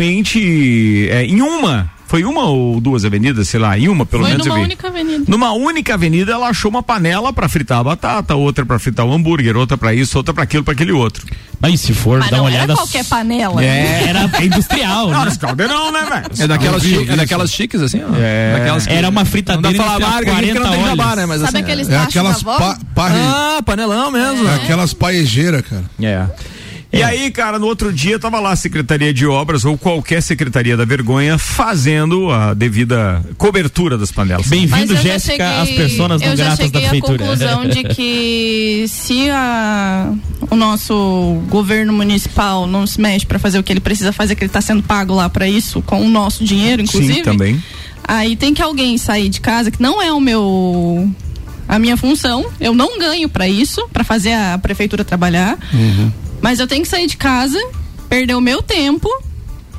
S1: simplesmente eh, em uma, foi uma ou duas avenidas, sei lá, em uma pelo
S7: Foi
S1: menos eu
S7: numa
S1: vi.
S7: única avenida.
S1: Numa única avenida, ela achou uma panela pra fritar a batata, outra pra fritar o hambúrguer, outra pra isso, outra pra aquilo, pra aquele outro.
S6: Mas se for,
S7: Mas
S6: dá
S7: não
S6: uma
S7: era
S6: olhada. É,
S7: qualquer panela.
S6: Era industrial, né?
S1: Os caldeirão, né, velho?
S5: É daquelas,
S4: Eu vi, eu vi
S5: chi- é
S4: isso.
S5: daquelas chiques, assim, ó.
S1: É.
S5: Daquelas que-
S6: Era uma
S5: Não dá
S6: fritadeira
S5: pra falar
S6: entre
S5: marca aqui, porque
S6: 40
S5: não tem
S6: olhos.
S5: jabá, né? Mas
S7: Sabe
S5: assim,
S7: aqueles
S4: É
S7: tachos
S4: aquelas
S7: da avó?
S4: pa, parre,
S5: Ah, panelão mesmo.
S4: é aquelas paejeiras, cara.
S1: É. E aí, cara, no outro dia tava lá a Secretaria de Obras ou qualquer Secretaria da Vergonha fazendo a devida cobertura das panelas.
S7: Mas
S6: Bem-vindo,
S7: eu já
S6: Jéssica,
S7: cheguei-
S6: às personas não
S7: Eu já
S6: gratas da
S7: cheguei à
S6: prefeitura.
S7: conclusão de que se a- o nosso governo municipal não se mexe pra fazer o que ele precisa fazer, que ele tá sendo pago lá pra isso, com o nosso dinheiro, inclusive.
S1: Sim, também.
S7: Aí tem que alguém sair de casa, que não é o meu a minha função. Eu não ganho pra isso, pra fazer a prefeitura trabalhar.
S1: Uhum.
S7: Mas eu tenho que sair de casa, perder o meu tempo,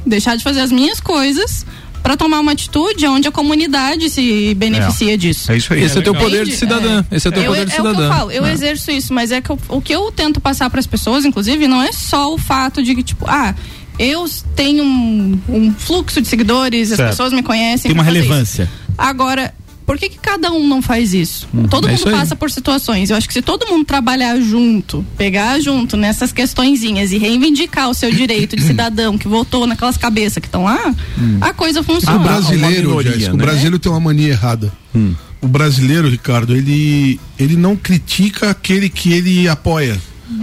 S7: deixar de fazer as minhas coisas pra tomar uma atitude onde a comunidade se beneficia disso.
S1: É isso aí.
S5: Esse é, o teu poder de
S7: Entende?
S5: cidadã. Esse é o teu
S7: Eu-
S5: poder de
S7: é o que
S5: cidadã.
S7: eu falo, eu
S5: É.
S7: exerço isso, mas é que eu- o que eu tento passar para as pessoas, inclusive, não é só o fato de que, tipo, ah, eu tenho um, um fluxo de seguidores,
S1: Certo.
S7: as pessoas me conhecem.
S6: Tem uma
S7: pra fazer isso.
S6: relevância.
S7: Agora, por que, que cada um não faz isso? todo
S5: é
S7: mundo
S5: isso aí.
S7: passa por situações. Eu acho que se todo mundo trabalhar junto, pegar junto nessas questõezinhas e reivindicar o seu direito de cidadão que votou naquelas cabeças que estão lá, a coisa
S4: Ah, O
S5: Ah,
S7: funciona.
S4: brasileiro,
S1: minoria,
S4: Jéssica, o
S1: né?
S4: brasileiro tem uma mania errada.
S5: Hum.
S4: O brasileiro, Ricardo, ele, ele não critica aquele que ele apoia.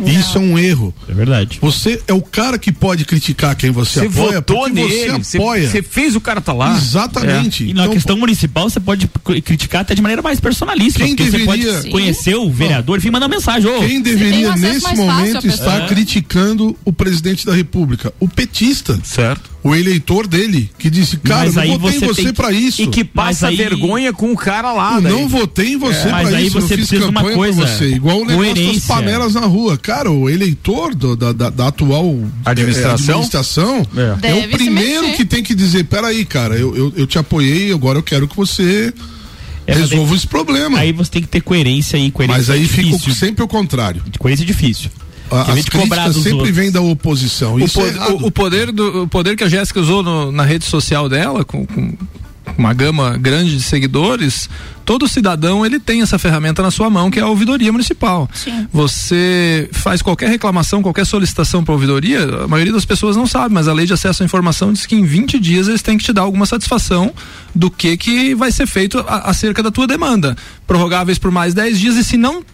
S4: E Isso é um erro.
S6: É verdade.
S4: Você é o cara que pode criticar quem você,
S1: Você
S4: apoia,
S1: votou
S4: porque
S1: nele,
S4: você
S1: você,
S4: apoia.
S1: você fez o cara tá lá.
S4: Exatamente.
S6: É.
S4: Então,
S6: E na questão municipal, você pode cri- criticar até de maneira mais personalista,
S4: Quem
S6: porque você
S4: deveria-
S6: pode conhecer o vereador, enfim, mandar mensagem. Ô,
S4: Quem
S7: tem um
S4: deveria,
S7: acesso
S4: nesse
S7: mais fácil à
S4: momento,
S7: pessoa.
S4: estar criticando o presidente da República? O petista.
S1: Certo.
S4: O eleitor dele, que disse, cara,
S6: Mas
S4: eu
S6: aí
S4: não votei
S6: você
S4: em
S6: tem
S4: você
S6: que-
S4: pra isso.
S1: E que passa
S6: aí-
S1: vergonha com o cara lá.
S4: Eu
S1: daí.
S4: não votei em você
S6: É,
S4: pra
S6: mas aí
S4: isso.
S6: você
S4: eu fiz
S6: precisa de uma
S4: campanha
S6: coisa,
S4: pra você. Igual o negócio das
S6: coerência.
S4: panelas na rua. rua, cara, o eleitor do- da, da- da atual
S1: Administração?
S4: eh, administração é,
S7: Deve
S4: o
S7: se
S4: primeiro
S7: mexer.
S4: que tem que dizer, peraí, cara, eu, eu, eu te apoiei, agora eu quero que você
S6: É, mas
S4: resolva
S6: aí-
S4: esse problema.
S6: Aí você tem que ter coerência aí, coerência
S4: mas aí
S6: é
S4: fica
S6: difícil.
S4: o- sempre o contrário.
S6: Coerência é difícil.
S4: A-
S6: Em
S4: As
S6: vez de cobrar
S4: críticas
S6: dos
S4: sempre
S6: outros.
S4: vêm da oposição.
S5: O,
S4: Isso é
S5: po-
S4: errado.
S5: o- o poder do, o poder que a Jéssica usou no- na rede social dela, com, com uma gama grande de seguidores, todo cidadão ele tem essa ferramenta na sua mão, que é a ouvidoria municipal.
S7: Sim.
S5: Você faz qualquer reclamação, qualquer solicitação para ouvidoria, a maioria das pessoas não sabe, mas a lei de acesso à informação diz que em 20 dias eles têm que te dar alguma satisfação do que, que vai ser feito a- acerca da tua demanda. Prorrogáveis por mais 10 dias, e se não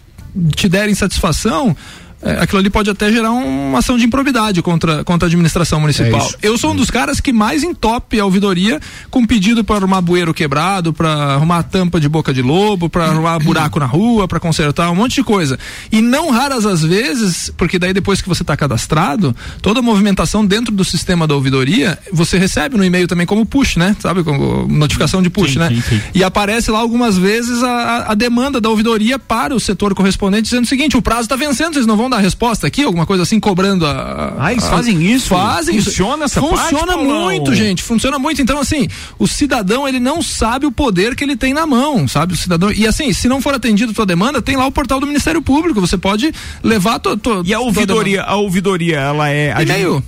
S5: te derem satisfação. eh, Aquilo ali pode até gerar um, uma ação de improbidade contra, contra a administração
S6: É
S5: municipal. Eu sou um dos caras que mais entope a ouvidoria com pedido para arrumar bueiro quebrado, para arrumar tampa de boca de lobo, para arrumar buraco na rua, para consertar um monte de coisa. E não raras as vezes, porque daí depois que você está cadastrado, toda a movimentação dentro do sistema da ouvidoria, você recebe no e-mail também como push, né? Sabe, como notificação de push,
S6: Sim,
S5: né?
S6: sim, sim.
S5: E aparece lá algumas vezes a, a- a demanda da ouvidoria para o setor correspondente dizendo o seguinte: o prazo está vencendo, vocês não vão dar resposta aqui, alguma coisa assim, cobrando a.
S1: Ah, eles
S5: a-
S1: fazem isso?
S5: Fazem isso.
S1: Funciona essa parte,
S5: Funciona
S1: Paulão?
S5: muito, gente. Funciona muito. Então, assim, o cidadão, ele não sabe o poder que ele tem na mão, sabe? O cidadão. E assim, se não for atendido a tua demanda, tem lá o portal do Ministério Público. Você pode levar a tua. tua-
S1: E a
S5: tua
S1: ouvidoria, a ouvidoria, ela é.
S5: demanda. E-mail.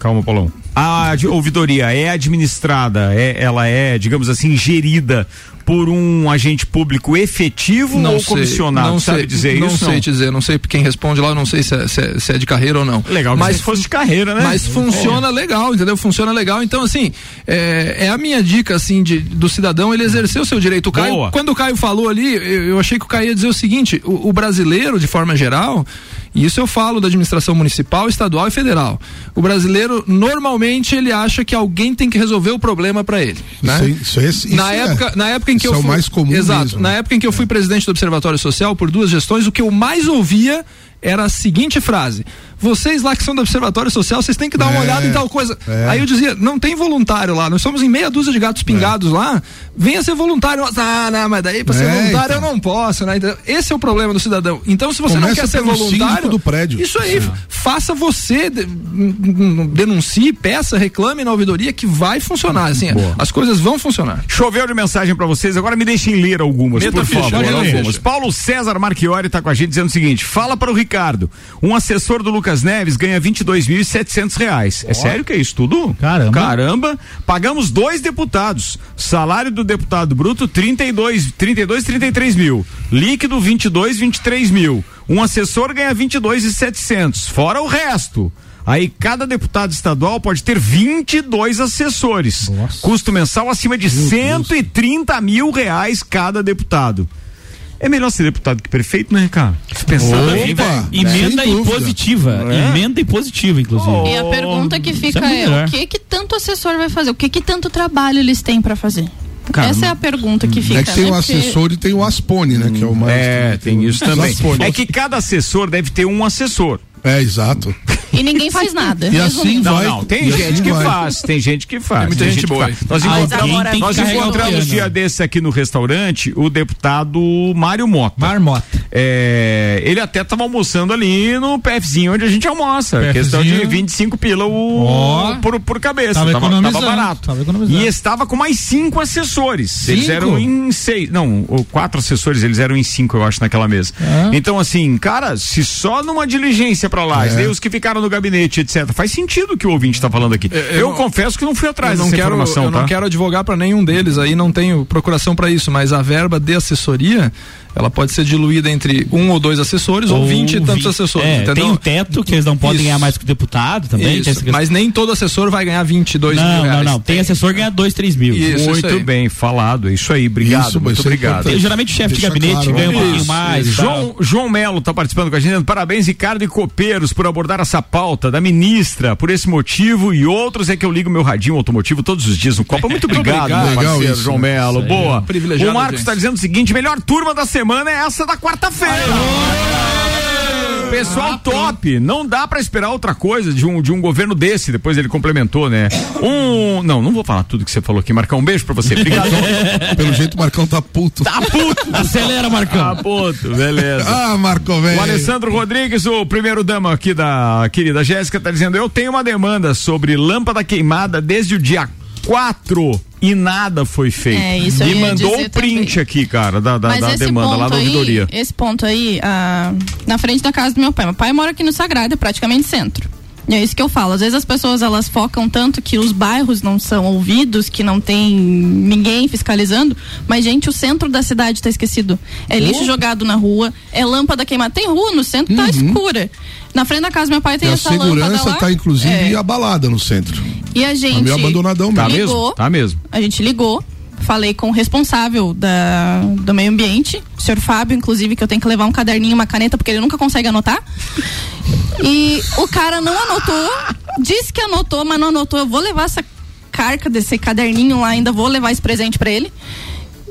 S1: Calma, Paulão. A ad- ouvidoria é administrada, é, ela é, digamos assim, gerida por um agente público efetivo ou comissionado?
S5: não
S1: sabe
S5: sei,
S1: dizer
S5: não
S1: isso?
S5: sei te dizer, não sei quem responde lá, não sei se é, se é- se é de carreira ou não.
S1: Legal, mas
S5: mas
S1: se fosse de carreira, né?
S5: Mas funciona legal, entendeu? Funciona legal. Então, assim, é, é a minha dica, assim, de, do cidadão, ele exercer o seu direito. O Caio,
S1: Boa.
S5: Quando o Caio falou ali, eu, eu achei que o Caio ia dizer o seguinte: o, o brasileiro, de forma geral, e isso eu falo da administração municipal, estadual e federal. O brasileiro, normalmente, ele acha que alguém tem que resolver o problema pra ele. Né?
S4: Isso, isso, é- isso
S5: na
S4: é-
S5: época, na época em que
S4: isso
S5: eu
S4: é o
S5: fui,
S4: mais comum
S5: Exato.
S4: mesmo.
S5: Na época em que eu fui presidente do Observatório Social por duas gestões, o que eu mais ouvia era a seguinte frase: "Vocês lá que são do Observatório Social, vocês têm que dar uma
S4: É,
S5: olhada em tal coisa".
S4: é.
S5: Aí eu dizia: "Não tem voluntário lá, nós somos em meia dúzia de gatos pingados lá. Venha ser voluntário". Nós, Ah, não, mas daí pra ser
S4: É,
S5: voluntário
S4: então.
S5: eu não posso, né? Então, Esse é o problema do cidadão. Então, se você não
S4: Começa
S5: quer ser
S4: pelo
S5: voluntário
S4: síndico do prédio. É.
S5: Isso aí, faça você, de- n- n- denuncie, peça, reclame na ouvidoria que vai funcionar, assim, as coisas vão funcionar.
S1: Choveu de mensagem pra vocês, agora me deixem ler algumas,
S5: Meta
S1: por
S5: ficha,
S1: favor.
S5: pode ler.
S1: Algumas. Paulo César Marchiori tá com a gente dizendo o seguinte: fala para o Ricardo, um assessor do Lucas Neves ganha 22.700 reais. É sério que é isso tudo?
S6: Caramba.
S1: Caramba, pagamos dois deputados. Salário do deputado bruto 32, 32, 33 mil. Líquido 22, 23 mil. Um assessor ganha 22.700, fora o resto. Aí cada deputado estadual pode ter 22 assessores. Custo mensal acima de 130 mil reais cada deputado. É melhor ser deputado que prefeito, né, cara? Se pensar
S4: Opa! Né?
S1: na vida.
S6: É, Emenda
S4: Sem dúvida.
S6: impositiva.
S1: É.
S6: Emenda impositiva, inclusive.
S1: Oh.
S7: E a pergunta que fica
S6: Isso é
S7: é,
S6: melhor.
S7: o que que tanto assessor vai fazer? O que que tanto trabalho eles têm pra fazer?
S1: Cara,
S7: Essa é a pergunta que fica.
S4: É que tem
S7: né?
S4: o
S7: Porque-
S4: assessor e tem o Aspone, né? Que é o mais.
S1: É, tem isso também.
S4: Aspone.
S1: É que cada assessor deve ter um assessor.
S4: É, exato.
S7: E ninguém faz nada.
S4: E assim
S7: resumindo.
S1: Não,
S4: vai.
S1: não, tem
S4: e
S1: gente
S4: assim
S1: que
S4: vai.
S1: faz, tem gente que faz.
S5: muita
S1: tem
S5: gente
S1: que
S5: boa.
S1: faz. Nós,
S7: Mas
S1: encontramos,
S7: agora tem que
S1: nós
S7: carregar o
S1: encontramos um
S6: piano.
S1: dia desse aqui no restaurante o deputado Mário Mota.
S3: Marmota.
S1: É, ele até tava almoçando ali no PFzinho onde a gente almoça.
S3: PFzinho.
S1: Questão de 25 pila o,
S3: Ó.
S1: por, por cabeça.
S3: Tava economizando,
S1: barato.
S3: tava economizando.
S1: E estava com mais cinco assessores. Eles
S3: Cinco?
S1: eram em seis. Não, ou quatro assessores, eles eram em cinco, eu acho, naquela mesa.
S3: Ah.
S1: Então, assim, cara, se só numa diligência pra
S3: É.
S1: lá, e os que ficaram no gabinete, etc. Faz sentido o que o ouvinte tá falando aqui. Eu,
S5: É, não-
S1: confesso que não fui atrás
S5: Eu não
S1: dessa
S5: quero,
S1: informação,
S5: eu
S1: tá?
S5: não quero advogar para nenhum deles aí, não tenho procuração para isso, mas a verba de assessoria, ela pode ser diluída entre um ou dois assessores ou, 20 e tantos
S6: 20.
S5: assessores,
S6: É,
S5: entendeu?
S6: tem um teto que eles não podem
S5: Isso.
S6: ganhar mais que o deputado também. tem
S5: Isso,
S6: essa questão.
S5: mas nem todo assessor vai ganhar 22 mil
S6: não,
S5: reais.
S6: não, não. Tem assessor que ganha dois, três mil.
S5: Isso, isso aí.
S1: Muito bem, falado. É isso aí. Obrigado.
S4: Isso, mas
S1: muito
S4: isso é
S1: obrigado.
S4: importante.
S6: Tem- geralmente o chefe de
S4: Deixa
S6: gabinete
S4: claro,
S6: ganha um
S4: vamos
S6: pouquinho
S4: lá.
S6: mais.
S1: Isso.
S6: tal.
S1: João, João Melo está participando com a gente. Parabéns, Ricardo e Copeiros, por abordar essa pauta da ministra. Por esse motivo e outros é que eu ligo meu radinho automotivo todos os dias no Copa. Muito obrigado,
S5: Obrigado.
S1: meu parceiro
S4: Legal isso,
S1: João
S4: né?
S1: Melo. Boa.
S5: Privilegiado,
S1: O Marcos
S5: gente.
S1: está dizendo o seguinte: melhor turma da semana é essa da quarta-feira. Pessoal top, não dá pra esperar outra coisa de um, de um governo desse, depois ele complementou, né? Um, não, não vou falar tudo que você falou aqui, Marcão, um beijo pra você, obrigado.
S4: Pelo jeito o Marcão tá puto.
S1: tá puto,
S6: Acelera,
S1: tá
S6: Marcão.
S1: puto, beleza.
S4: Ah, Marcão, velho.
S1: O Alessandro Rodrigues, o primeiro dama aqui da querida Jéssica, tá dizendo: Eu tenho uma demanda sobre lâmpada queimada desde o dia 4 e nada foi feito.
S7: É, isso eu
S1: e
S7: ia
S1: mandou
S7: dizer
S1: o print
S7: também.
S1: aqui, cara, da, da,
S7: Mas
S1: da
S7: esse
S1: demanda lá
S7: ponto
S1: da auditoria. Tá
S7: Aí, esse ponto aí, ah, na frente da casa do meu pai. Meu pai mora aqui no Sagrado, é praticamente centro. E é isso que eu falo. Às vezes as pessoas elas focam tanto que os bairros não são ouvidos, que não tem ninguém fiscalizando. Mas, gente, o centro da cidade tá esquecido. É
S4: Oh.
S7: lixo jogado na rua, é lâmpada queimada. Tem rua no centro, tá escura. Na frente da casa do meu pai tem
S4: Uhum. E a
S7: essa lâmpada
S4: segurança
S7: lá.
S4: tá inclusive
S7: É.
S4: abalada no centro.
S7: E a gente.
S4: meio abandonadão
S1: Tá
S7: ligou,
S1: mesmo? Tá mesmo.
S7: A gente ligou, falei com o responsável da, do meio ambiente, o senhor Fábio, inclusive, que eu tenho que levar um caderninho, uma caneta, porque ele nunca consegue anotar. E o cara não anotou, disse que anotou, mas não anotou. Eu vou levar essa carca desse caderninho lá, ainda vou levar esse presente pra ele.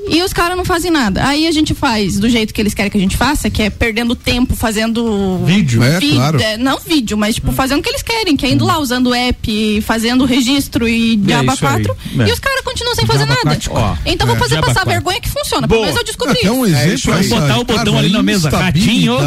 S7: E os caras não fazem nada. Aí a gente faz do jeito que eles querem que a gente faça, que é perdendo tempo fazendo
S4: Vídeo. É,
S7: vi-
S4: claro. Uhum.
S7: é, não vídeo, mas tipo fazendo o que eles querem, que é indo lá usando o app, fazendo o registro e diaba
S1: isso aí.
S7: 4.
S1: É.
S7: E os caras continuam sem fazer
S3: Diaba
S7: nada.
S3: quatro,
S1: ó. é.
S7: então vou fazer
S6: Diaba
S7: passar
S6: quatro.
S7: vergonha que funciona. Pelo
S1: Boa.
S7: menos eu descobri.
S4: Até um
S7: isso.
S4: exemplo
S6: aí.
S4: aí.
S6: Vamos botar o botão ali na mesa, ratinho.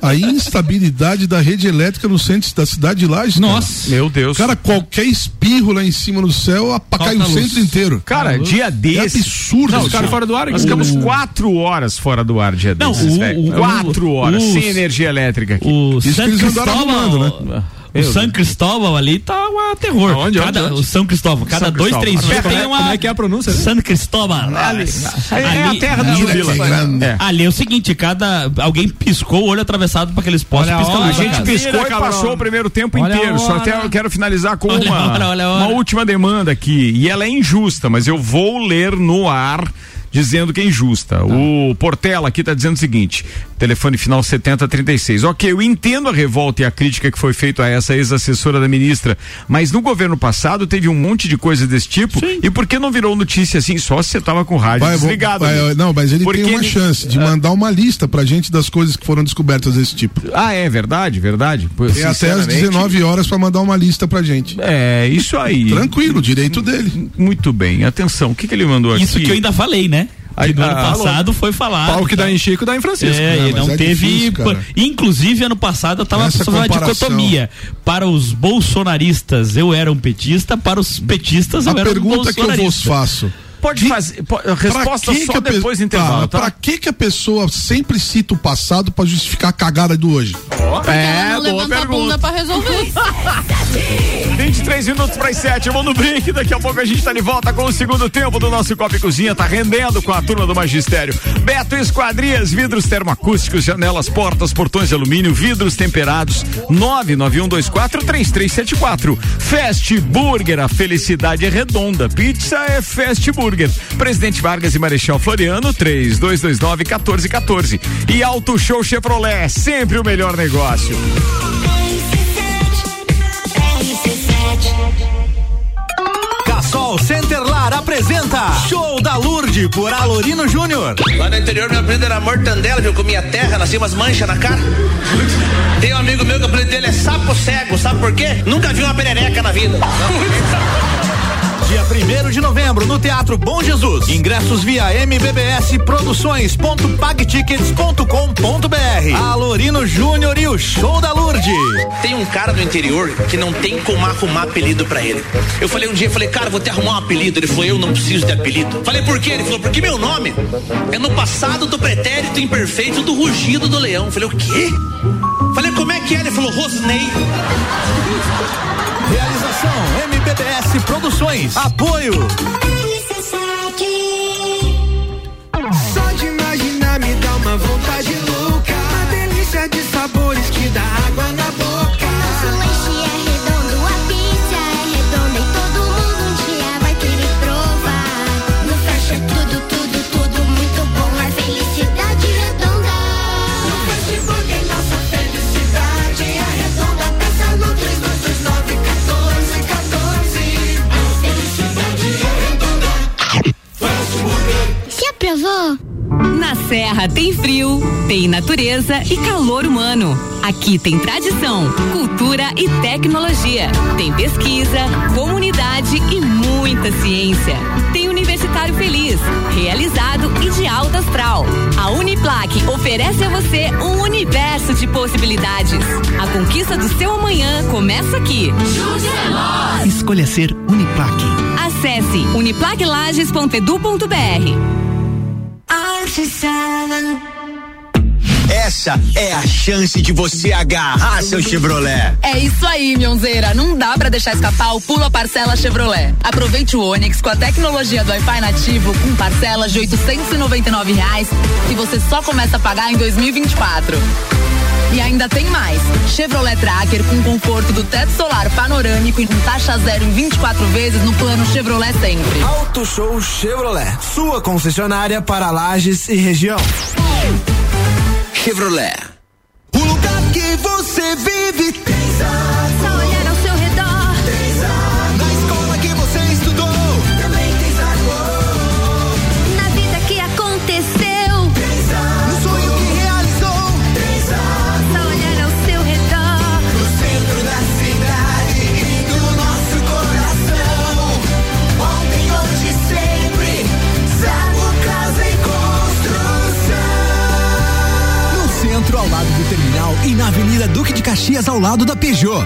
S4: A instabilidade da rede elétrica no centro da cidade de Lages. cara.
S3: Nossa.
S1: Meu Deus.
S4: Cara, qualquer espirro lá em cima no céu apacai
S3: Falta
S4: o centro
S3: luz.
S4: inteiro.
S1: Cara, dia
S4: é
S1: desse.
S4: absurdo.
S1: Não,
S4: isso.
S1: cara, fora do ar, nós ficamos quatro horas fora do ar dia
S6: Não,
S1: desses,
S6: o-
S1: velho.
S6: o-
S1: Quatro
S6: o-
S1: horas,
S6: o-
S1: sem energia elétrica aqui.
S6: O
S4: Isso
S6: San
S4: que eles andaram
S6: Cristóvão.
S1: né?
S4: arrumando,
S6: O San Cristóvão ali tá um terror.
S5: Aonde,
S6: cada,
S5: onde, onde?
S6: O São Cristóvão, cada
S1: São
S6: dois,
S1: Cristóvão.
S6: três dias
S1: Como é-
S6: tem uma.
S5: como é que é a pronúncia, né?
S6: San Cristóvão. Ali,
S1: É, é a terra do
S4: Olha que
S1: Jubila.
S4: grande.
S1: É.
S6: ali é o seguinte, cada. Alguém piscou o olho atravessado pra aqueles postes
S3: Olha a
S6: piscando.
S3: hora,
S1: A gente
S3: cara.
S1: piscou e
S5: Cabrão.
S1: passou o primeiro tempo
S3: Olha a
S1: inteiro. Só
S3: hora.
S1: até eu quero finalizar com
S6: Olha a
S1: uma,
S6: hora, olha a hora.
S1: uma última demanda aqui. E ela é injusta, mas eu vou ler no ar dizendo que é injusta.
S6: Tá.
S1: O Portela aqui está dizendo o seguinte: telefone final 7036. Ok, eu entendo a revolta e a crítica que foi feita a essa ex-assessora da ministra, mas no governo passado teve um monte de coisa desse tipo. E por que não virou notícia assim? Só se você tava com o rádio
S4: Vai,
S1: desligado.
S4: vai,
S1: amigo.
S4: não, mas ele
S1: Porque
S4: tem uma
S1: ele-
S4: chance de mandar uma lista pra gente das coisas que foram descobertas desse tipo.
S1: Ah, é verdade, verdade. Pô,
S4: Tem até às
S1: sinceramente,
S4: 19 horas pra mandar uma lista pra gente.
S1: É, isso aí.
S4: Tranquilo, direito dele.
S1: Muito bem, atenção, o que, que ele mandou aqui?
S6: Isso que eu ainda falei, né?
S1: Aí,
S6: Que no ano
S1: ah, alô.
S6: passado foi falado.
S5: Pau que dá em Chico, dá em Francisco.
S6: É,
S4: né?
S6: e
S4: Mas
S6: não
S4: é
S6: teve.
S4: difícil, cara.
S6: pô, Inclusive, ano passado eu tava
S4: Essa
S6: fazendo uma
S4: comparação.
S6: dicotomia. Para os bolsonaristas eu era um petista, para os petistas eu
S4: A
S6: era um
S4: pergunta que eu vos
S6: bolsonarista.
S4: faço.
S1: Pode fazer. po- a resposta só
S4: a pe-
S1: depois do intervalo,
S4: Tá,
S1: tá?
S4: Pra que que a pessoa sempre cita o passado pra justificar a cagada do hoje?
S7: É, Porque
S1: É,
S7: ela não levanta a bunda pra resolver.
S1: 23 minutos para as 7. Eu vou no break. Daqui a pouco a gente está de volta com o segundo tempo do nosso Copa e Cozinha. Tá rendendo com a turma do Magistério. Beto Esquadrias, vidros termoacústicos, janelas, portas, portões de alumínio, vidros temperados. 991243374. Fast Burger, a felicidade é redonda. Pizza é Fast Burger. Presidente Vargas e Marechal Floriano, 3229-1414. E Auto Show Chevrolet, sempre o melhor negócio.
S8: Casol Centerlar apresenta Show da Lourdes por Alorino Júnior.
S9: Lá no interior, meu apelido era mortandela, viu? Eu comia terra, nascia umas manchas na cara. Tem um amigo meu que o apelido dele é sapo cego, sabe por quê? Nunca vi uma perereca na vida.
S8: Dia 1 de novembro no Teatro Bom Jesus. Ingressos via mbbsproduções.pagtickets.com.br. Alorino Júnior e o Show da Lourdes.
S9: Tem um cara do interior que não tem como arrumar apelido pra ele. Eu falei um dia, falei, cara, vou te arrumar um apelido. Ele falou, eu não preciso de apelido. Falei, por quê? Ele falou, porque meu nome é no passado do pretérito imperfeito do rugido do leão. Falei, o quê? Falei, como é que é? Ele falou, Rosnei.
S8: Realização MBBS Produções. Apoio.
S10: Só de imaginar me dá uma vontade louca. Uma delícia de sabores que dá água na boca.
S11: Nosso lanche é redondo, a pizza é redonda e todo mundo um dia vai querer provar. No fecha tudo, tudo, tudo muito bom, a felicidade é redonda.
S10: No Fast Burger, nossa felicidade é redonda. Peça no 3229 1414.
S11: A felicidade é redonda. Se aprovou?
S12: Na Serra tem frio, tem natureza e calor humano. Aqui tem tradição, cultura e tecnologia. Tem pesquisa, comunidade e muita ciência. Tem universitário feliz, realizado e de alta astral. A Uniplaque oferece a você um universo de possibilidades. A conquista do seu amanhã começa aqui.
S13: Escolha ser Uniplaque.
S12: Acesse uniplaquelages.edu.br.
S14: Essa é a chance de você agarrar seu Chevrolet.
S15: É isso aí, Mionzeira. Não dá pra deixar escapar o Pula Parcela Chevrolet. Aproveite o Onix com a tecnologia do Wi-Fi nativo com parcelas de R$ 899 reais que você só começa a pagar em 2024. E ainda tem mais. Chevrolet Tracker com conforto do teto solar panorâmico e com taxa zero em 24 vezes no plano Chevrolet Sempre.
S16: Auto Show Chevrolet, sua concessionária para Lages e região.
S14: Chevrolet.
S10: O lugar que você vive tem
S11: Só olhar tá ao seu redor.
S10: Na escola que você estudou também tem
S11: Na vida que aconteceu.
S10: No sonho que realizou.
S11: Só olhar tá ao seu redor.
S10: No centro da cidade e do nosso coração. Ontem, hoje, sempre. Zago Casa em Construção.
S8: No centro, ao lado do terminal e na Avenida Duque de Caxias, ao lado da Peugeot.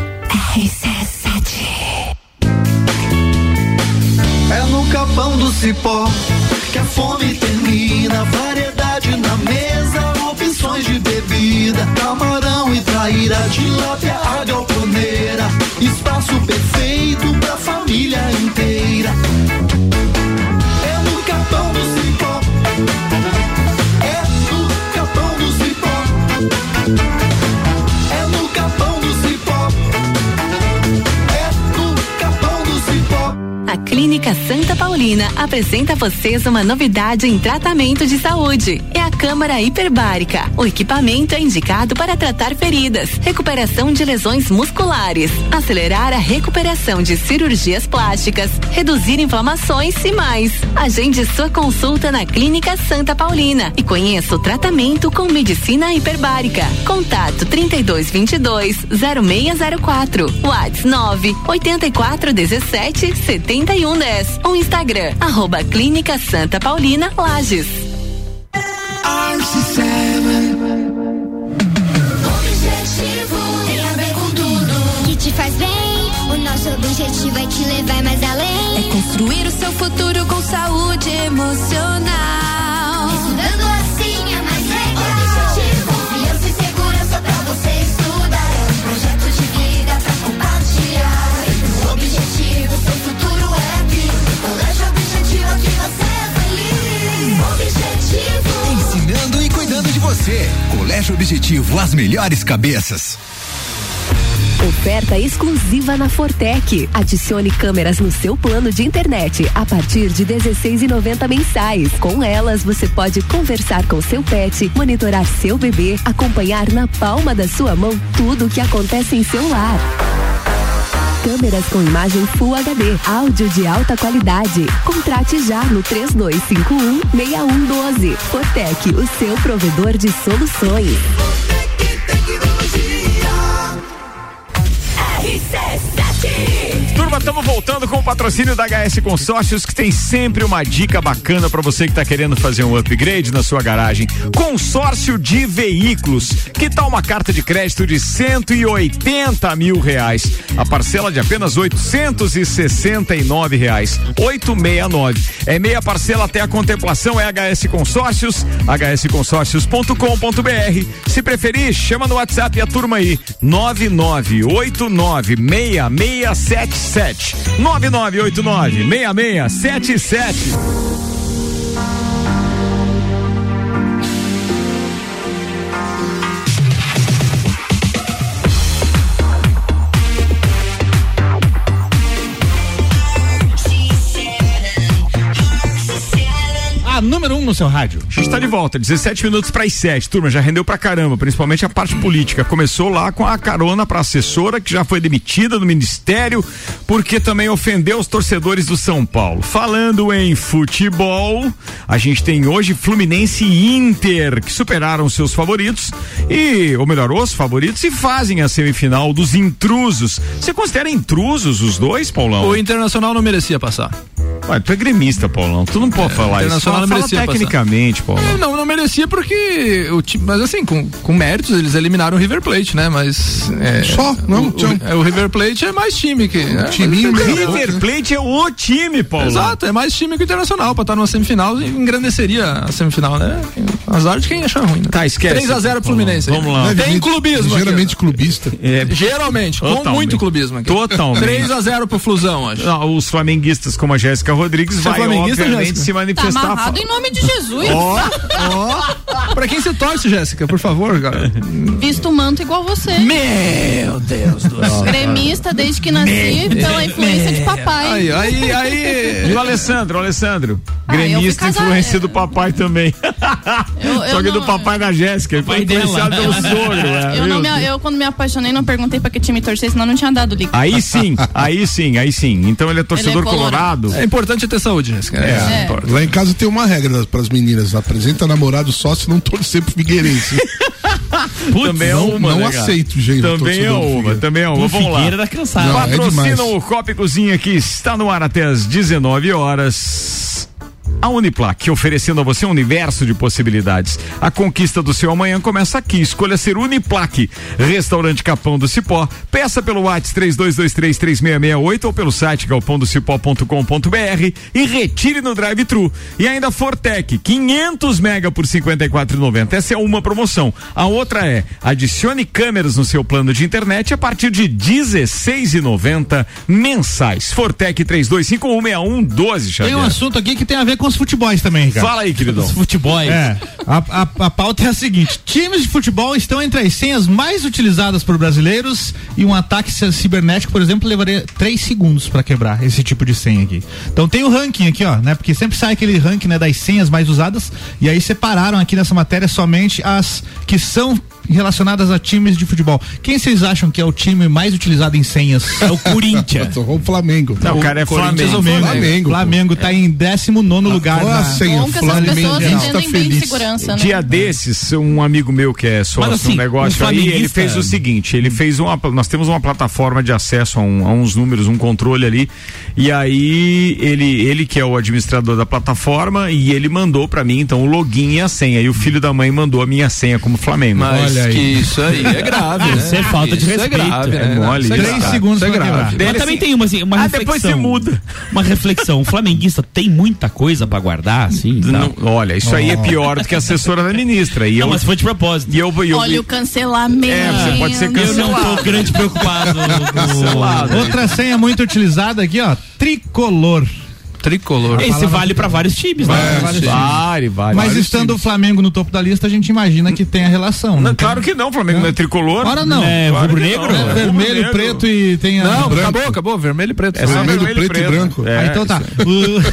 S10: É no capão do cipó que a fome termina. Variedade na mesa, opções de bebida, camarão e traíra, tilápia, a galponeira. Espaço perfeito pra família inteira. É no capão do cipó. É no capão do cipó. É no capão do cipó. É no capão do cipó.
S12: A Clínica Santa Paulina apresenta a vocês uma novidade em tratamento de saúde. É a Câmara Hiperbárica. O equipamento é indicado para tratar feridas, recuperação de lesões musculares, acelerar a recuperação de cirurgias plásticas, reduzir inflamações e mais. Agende sua consulta na Clínica Santa Paulina e conheça o tratamento com medicina hiperbárica. Contato 3222 0604. WhatsApp 9 8417 7110. Ou um Instagram, arroba Clínica Santa Paulina Lages.
S11: Objetivo tem a ver com tudo que te faz bem. O nosso objetivo é te levar mais além. É construir o seu futuro com saúde emocional. Estudando assim é mais legal. Objetivo, confiança e segurança pra você estudar. É um projeto de vida pra compartilhar. O objetivo, seu futuro é vivo. Colégio objetivo que você é feliz. Objetivo.
S13: Ensinando e cuidando de você. Colégio Objetivo, as melhores cabeças.
S12: Oferta exclusiva na Fortec. Adicione câmeras no seu plano de internet a partir de 16,90 mensais. Com elas, você pode conversar com seu pet, monitorar seu bebê, acompanhar na palma da sua mão tudo o que acontece em seu lar. Câmeras com imagem Full HD, áudio de alta qualidade. Contrate já no 3251-6112. Fortec, o seu provedor de soluções.
S1: Turma, estamos voltando com o patrocínio da HS Consórcios, que tem sempre uma dica bacana para você que está querendo fazer um upgrade na sua garagem. Consórcio de veículos. Que tal uma carta de crédito de 180 mil reais? A parcela de apenas 869 reais. 869. É meia parcela até a contemplação, é HS Consórcios, hsconsórcios.com.br. Se preferir, chama no WhatsApp a turma aí, 99896677. 99896677.
S6: A
S3: número um no seu rádio.
S1: A gente tá de volta, 17 minutos para as 7. Turma, já rendeu pra caramba, principalmente a parte política. Começou lá com a carona pra assessora, que já foi demitida do ministério, porque também ofendeu os torcedores do São Paulo. Falando em futebol, a gente tem hoje Fluminense e Inter, que superaram seus favoritos, e, ou melhor, os favoritos, e fazem a semifinal dos intrusos. Você considera intrusos os dois, Paulão?
S5: O Internacional não merecia passar.
S1: Ué, tu é gremista, Paulão. Tu não pode falar isso.
S5: É, Internacional não
S1: Fala, fala
S5: merecia passar.
S1: tecnicamente, Paulão.
S5: Não, não merecia porque o time, mas assim, com, com méritos eles eliminaram o River Plate, né? Mas é,
S4: Só? Não,
S5: o,
S4: tchau.
S5: o, é, o River Plate é mais time que
S13: Um
S5: né?
S4: timinho
S5: Mas-
S1: River Plate é o time, Paulo.
S5: Exato, é mais time que o Internacional pra estar numa semifinal e engrandeceria a semifinal, né? Azar de quem achar ruim. Né?
S1: Tá, esquece.
S5: 3 a 0 pro Fluminense.
S1: Vamos lá.
S5: Tem clubismo aqui.
S4: É, Geralmente clubista.
S1: É,
S5: Geralmente, com
S1: Totalmente.
S5: muito clubismo aqui.
S1: Totalmente.
S5: 3 a 0 pro Flusão, hoje.
S1: Não, os flamenguistas como a Jéssica Rodrigues
S5: Você é
S1: vai
S5: flamenguista,
S1: obviamente
S5: Jéssica?
S1: se
S7: Tá
S1: manifestar a fa-
S7: amarrado em nome de Jesus.
S1: Ó,
S5: Pra quem você torce, Jéssica, por favor, cara.
S7: Visto manto igual você.
S5: Meu Deus do céu.
S7: Gremista desde que nasci pela influência de papai.
S5: Aí, aí,
S1: E
S5: aí.
S1: o Alessandro, o Alessandro.
S7: Ah, eu fui
S1: gremista
S7: casar-
S1: influência do papai também.
S7: eu
S1: Só que do
S7: não-
S1: papai da Jéssica. Foi
S6: Papai dela.
S1: influenciado pelo sogro. é,
S7: Eu,
S1: meu
S7: não
S1: Deus. Ah,
S7: me- eu, quando me apaixonei, não perguntei pra que time torcer, senão não tinha dado liga.
S1: Aí sim, aí sim, aí sim. Então ele é torcedor
S7: colorado.
S1: colorado.
S5: É importante ter saúde, Jéssica.
S4: É. Lá em casa tem uma regra para as meninas: apresenta namorado só se não torcer pro Figueirense.
S1: Putz, também é
S4: não-
S1: uma,
S4: não
S1: né, cara?
S4: aceito, gente,
S1: Também
S4: torcedor
S1: é
S4: do
S1: uma,
S4: Figueira.
S1: também é uma.
S6: O
S1: Vamos lá.
S6: Figueira tá cansado.
S4: Não, é demais.
S1: Patrocinam o Copa e Cozinha que está no ar até às 19 horas. A Uniplac, oferecendo a você um universo de possibilidades. A conquista do seu amanhã começa aqui. Escolha ser Uniplac. Restaurante Capão do Cipó. Peça pelo WhatsApp 32233668 ou pelo site galpondocipó.com.br e retire no drive-thru. E ainda Fortec, 500 mega por 54,90. Essa é uma promoção. A outra é adicione câmeras no seu plano de internet a partir de 16,90 mensais. Fortec 32516112,
S3: Tem
S1: Xavier.
S3: um assunto aqui que tem a ver com os futebols também, cara.
S1: Fala aí, queridão.
S6: Os futebol.
S3: É, a, a, a pauta é a seguinte: times de futebol estão entre as senhas mais utilizadas por brasileiros e um ataque ci- cibernético, por exemplo, levaria três segundos pra quebrar esse tipo de senha aqui. Então tem o ranking aqui, ó, né? Porque sempre sai aquele ranking né, das senhas mais usadas e aí separaram aqui nessa matéria somente as que são relacionadas a times de futebol. Quem vocês acham que é o time mais utilizado em senhas?
S6: É o Corinthians.
S4: Torrou o Flamengo.
S1: Não, o cara é
S3: Corinthians
S1: Flamengo.
S3: ou Flamengo.
S4: Flamengo,
S3: Flamengo,
S4: pô.
S3: tá em
S5: Ah,
S3: 19 lugar.
S4: Olha é a
S3: na-
S5: é
S4: senha,
S7: Bom que essas pessoas
S4: Flamenguista
S7: entendem bem de
S4: tá feliz.
S7: segurança, né?
S1: Dia desses, um amigo meu que é sócio
S6: Mas, assim,
S1: um negócio
S6: um
S1: aí, ele
S6: flamenguista-
S1: fez o seguinte, ele fez uma, nós temos uma plataforma de acesso a, um- a uns números, um controle ali, e aí ele, ele que é o administrador da plataforma, e ele mandou pra mim, então, o login e a senha, e o filho da mãe mandou a minha senha como Flamengo.
S5: Mas
S3: Olha aí.
S5: que isso aí é grave.
S6: Isso
S5: né?
S6: é falta de
S5: Isso
S6: respeito.
S5: É grave, né?
S1: É mole
S5: Isso
S1: isso.
S5: grave.
S3: Três segundos
S5: Isso é
S3: pra
S5: grave.
S3: quebrar.
S6: Mas também tem uma, assim, uma
S1: Ah,
S6: reflexão.
S1: depois você muda.
S6: Uma reflexão. O flamenguista tem muita coisa pra guardar, assim. e tal.
S1: Não, olha, isso aí é pior do que a assessora da ministra, e
S6: Oh. Não,
S1: eu...
S6: mas foi de propósito.
S1: E eu, e eu-
S7: Olha o cancelamento.
S1: É, você pode ser
S6: Eu
S1: cancelado.
S6: não tô grande preocupado.
S1: Cancelado.
S3: Outra senha muito utilizada aqui, ó, tricolor.
S5: Tricolor.
S6: Esse vale pra vários times,
S4: É,
S6: né?
S3: Vários times.
S1: Vale, vale.
S3: Mas
S1: Vale.
S3: estando o Flamengo no topo da lista, a gente imagina que tem a relação.
S1: Não, claro que não, o Flamengo não é tricolor.
S3: Ora não.
S6: É,
S1: Claro que
S6: rubro-negro.
S1: não.
S3: É vermelho,
S1: Rubro-negro.
S3: preto e tem a.
S5: Não,
S3: branco.
S5: acabou, acabou. Vermelho e preto.
S1: É só
S4: Vermelho, preto e branco.
S1: É,
S3: Ah, então tá.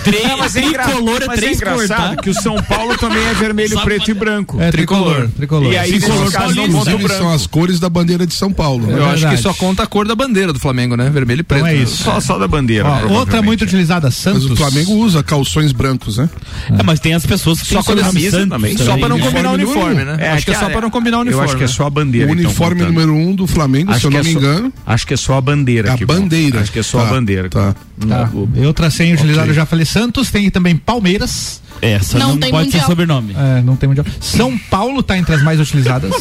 S6: Três,
S1: É, mas é, engra...
S6: tricolor é
S1: mas é
S6: três
S1: engraçado
S6: cortados.
S1: que o São Paulo também é vermelho,
S6: Só
S1: preto
S6: pode-
S1: e branco.
S3: O- é tricolor. Tricolor.
S1: E aí, nesse
S4: Tricolor
S1: caso, não conta o
S4: Inclusive,
S1: branco.
S4: são as cores da bandeira de São Paulo. né?
S5: Eu acho que
S3: verdade.
S5: só conta a cor da bandeira do Flamengo, né? Vermelho e preto.
S3: Então é isso.
S1: Só, só da bandeira.
S3: Ó, outra
S1: provavelmente.
S3: muito utilizada, Santos.
S4: Mas o Flamengo usa calções brancos, né?
S6: É, mas tem as pessoas que
S5: Só
S6: têm
S5: quando
S6: sobrenome
S5: camisa
S6: Santos
S5: também. Só pra não
S6: né?
S5: combinar o uniforme, né? acho que é só pra não combinar o uniforme.
S1: Eu acho que é só a bandeira.
S4: o
S1: então,
S4: uniforme
S1: contando.
S4: número um do Flamengo, se
S1: Acho
S4: eu
S1: que
S4: não
S1: é
S4: me
S1: só-
S4: engano.
S1: Acho que é só a bandeira.
S4: A
S1: que conta.
S4: bandeira.
S1: Acho que é só a
S4: Tá,
S1: bandeira.
S4: tá.
S3: Tá. E outra senha utilizada, eu já falei Santos. Tem também Palmeiras.
S6: Essa
S7: Não
S6: não,
S7: tem
S6: pode ter
S7: mundial.
S6: sobrenome.
S3: É, não tem mundial. São Paulo tá entre as mais utilizadas.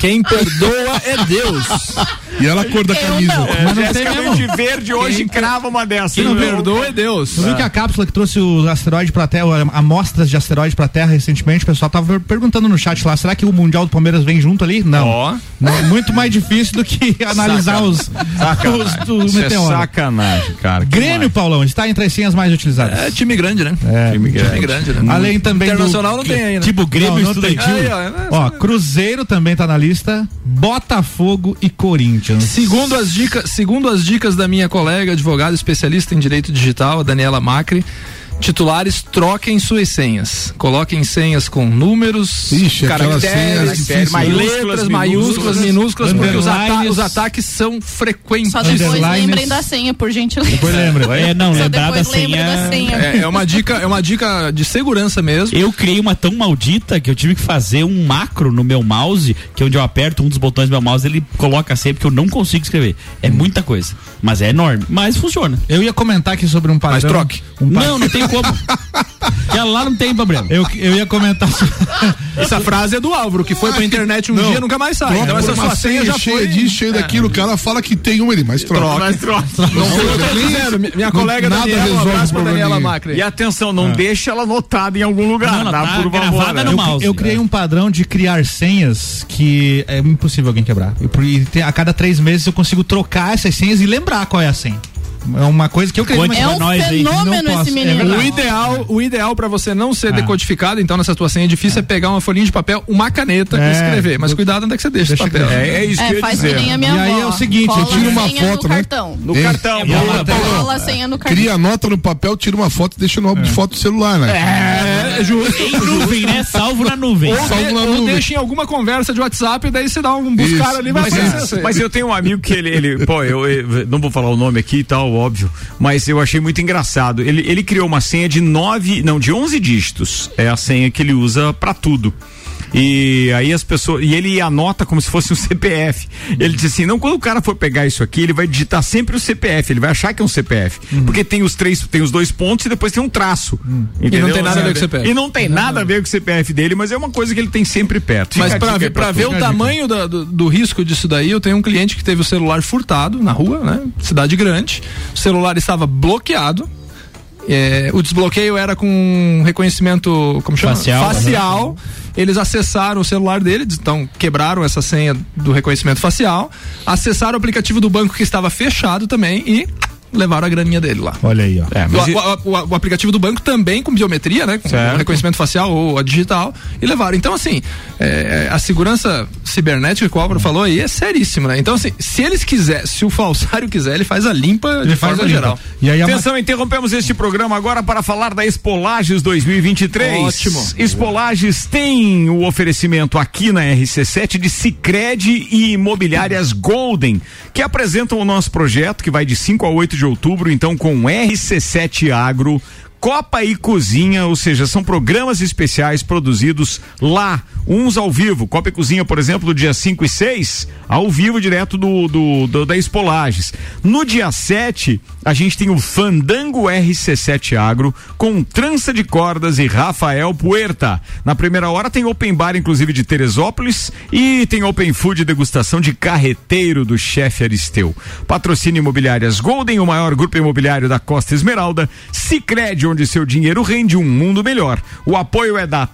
S5: Quem perdoa é Deus.
S4: E ela a cor da camisa.
S3: Mas não tem
S1: Jéssica
S3: mesmo.
S1: veio de verde hoje e crava uma dessa.
S5: Quem
S1: hein?
S5: perdoa é Deus.
S3: Tu viu que a cápsula que trouxe os asteroides pra Terra, amostras de asteroide pra Terra recentemente, o pessoal tava perguntando no chat lá, será que o Mundial do Palmeiras vem junto ali? Não.
S1: Ó.
S3: Não, muito mais difícil do que analisar os, os do
S1: Isso é
S3: meteoro.
S1: sacanagem, cara. Que
S3: Grêmio, Paulão, está entre as senhas mais utilizadas.
S5: É time grande, né?
S3: É.
S1: time grande.
S5: Time grande, né?
S3: Além também do-
S5: Internacional não tem ainda. É,
S6: Tipo Grêmio
S3: Não, não
S6: estuda
S3: tem.
S5: Aí, ó,
S3: Ó, Cruzeiro também tá na lista, Botafogo e Corinthians.
S5: Segundo as, dicas, segundo as dicas da minha colega, advogada especialista em direito digital, a Daniela Macri, Titulares troquem suas senhas. Coloquem senhas com números,
S4: Ixi, aquelas senhas
S5: caracteres,
S4: difíceis, né?
S5: letras,
S4: minúsculas,
S5: maiúsculas, minúsculas, porque os, ata-
S6: underlines.
S5: os ataques são frequentes.
S7: Só depois lembrem da senha, por gentileza.
S6: É, não,
S7: Só
S6: lembrar da
S7: depois lembre
S6: senha.
S7: da senha.
S5: É, é uma dica, é uma dica de segurança mesmo.
S6: Eu criei uma tão maldita que eu tive que fazer um macro no meu mouse, que é onde eu aperto um dos botões do meu mouse, ele coloca sempre que eu não consigo escrever. É muita coisa, mas é enorme, mas funciona.
S3: Eu ia comentar aqui sobre um padrão. Mas troque.
S6: Não, não tem como. Já lá não tem problema.
S3: Eu, eu ia comentar sobre...
S5: Essa frase é do Álvaro, que foi pra internet um
S4: Não.
S5: dia e nunca mais sai.
S4: Troca
S5: Então
S4: por
S5: essa
S4: uma
S5: sua senha já
S4: cheia
S5: foi.
S4: disso, cheia daquilo. O cara fala que tem uma, ele mais troca.
S1: Mas É. troca.
S5: Não,
S4: Ou
S5: eu
S4: seja,
S5: tô
S4: nem-
S5: dizendo, minha minha
S4: não-
S5: colega
S4: nada
S5: Daniela, um
S4: resolve
S5: abraço
S4: o
S5: pra
S4: problema
S5: Daniela
S4: nenhum.
S5: Macri.
S1: E atenção, não deixa ela anotada em algum lugar,
S6: Não, ela
S1: tá?
S6: tá
S1: Por favor.
S6: gravada no
S1: Eu-
S6: mouse.
S3: Eu
S1: né?
S3: criei um padrão de criar senhas que é impossível alguém quebrar. E por- E te- a cada três meses eu consigo trocar essas senhas e lembrar qual é a senha. É uma coisa que eu criei.
S6: Conte
S3: mas-
S7: É
S6: pra
S7: um
S6: nós aí.
S7: fenômeno
S3: Não posso,
S7: esse
S3: é
S7: menino.
S5: O ideal, o ideal para você não ser decodificado, então nessa tua senha difícil, é pegar uma folhinha de papel, uma caneta
S3: É.
S5: e escrever. Mas cuidado onde é que você deixa,
S3: Deixa
S5: esse papel.
S1: É, é isso que eu
S7: É,
S1: ia
S7: faz que
S1: dizer.
S7: nem a minha
S3: E
S7: avó.
S3: aí é o seguinte, eu
S7: Cola
S4: tiro uma
S7: a senha
S4: foto,
S7: no
S4: né?
S7: cartão.
S1: No
S4: É.
S1: cartão.
S6: boa,
S1: boa.
S6: boa.
S7: Cola a senha no cartão.
S4: Cria a nota no papel, tira uma foto e deixa no
S6: É.
S4: álbum de foto do celular, né?
S5: É, é justo.
S6: Em nuvem, né? Salvo na nuvem.
S5: Ou,
S4: Salvo
S5: de-
S4: na
S5: ou
S4: nuvem.
S5: deixa em alguma conversa de WhatsApp, daí você dá um buscar
S4: Isso.
S5: ali, vai
S4: Mas
S5: aparecer
S4: é-
S5: essa aí.
S1: Mas eu tenho um amigo que ele, ele pô, eu, eu não vou falar o nome aqui e tal, óbvio, mas eu achei muito engraçado. Ele, ele criou uma senha de nove, não, de 11 dígitos. É a senha que ele usa pra tudo. E aí as pessoas, e ele anota como se fosse um CPF. Ele diz assim: "Não, quando o cara for pegar isso aqui, ele vai digitar sempre o CPF, ele vai achar que é um CPF,
S5: Uhum.
S1: porque tem os três, tem os dois pontos e depois tem um traço". Entendeu?
S5: E não tem nada a ver com o CPF.
S1: E não tem nada a ver com o CPF dele, mas é uma coisa que ele tem sempre perto.
S5: Mas
S1: Fica a
S5: pra
S1: dica
S5: ver,
S1: aí pra
S5: pra
S1: tu.
S5: ver o tamanho da- do, do risco disso daí, eu tenho um cliente que teve o celular furtado na rua, né? Cidade grande. O celular estava bloqueado. É, o desbloqueio era com reconhecimento como chama?
S6: Facial, né?
S5: facial. Eles acessaram o celular dele, então quebraram essa senha do reconhecimento facial, acessaram o aplicativo do banco que estava fechado também e levaram a graninha dele lá.
S3: Olha aí, ó.
S5: O, o- o- o aplicativo do banco também com biometria, né? Com reconhecimento facial ou a digital, e levaram. Então, assim, é, a segurança cibernética que o Álvaro falou aí é seríssima, né? Então, assim, se eles quiserem, se o falsário quiser, ele faz a limpa de
S3: Ele faz
S5: forma
S3: a limpa.
S5: geral.
S3: E aí é a
S1: Atenção, interrompemos este programa agora para falar da Espolages 2023.
S5: Ótimo.
S1: Espolages tem o oferecimento aqui na RC7 de Sicredi e Imobiliárias Golden, que apresentam o nosso projeto que vai de 5 a 8 de outubro, então com RC7 Agro. Copa e Cozinha, ou seja, são programas especiais produzidos lá, uns ao vivo. Copa e Cozinha, por exemplo, do dia 5 e 6, ao vivo, direto do, do, do- da Espolages. No dia 7, a gente tem o Fandango RC7 Agro, com Trança de Cordas e Rafael Puerta. Na primeira hora tem Open Bar, inclusive, de Teresópolis, e tem Open Food degustação de carreteiro do chefe Aristeu. Patrocínio Imobiliárias Golden, o maior grupo imobiliário da Costa Esmeralda. Sicredi onde seu dinheiro rende um mundo melhor. O apoio é da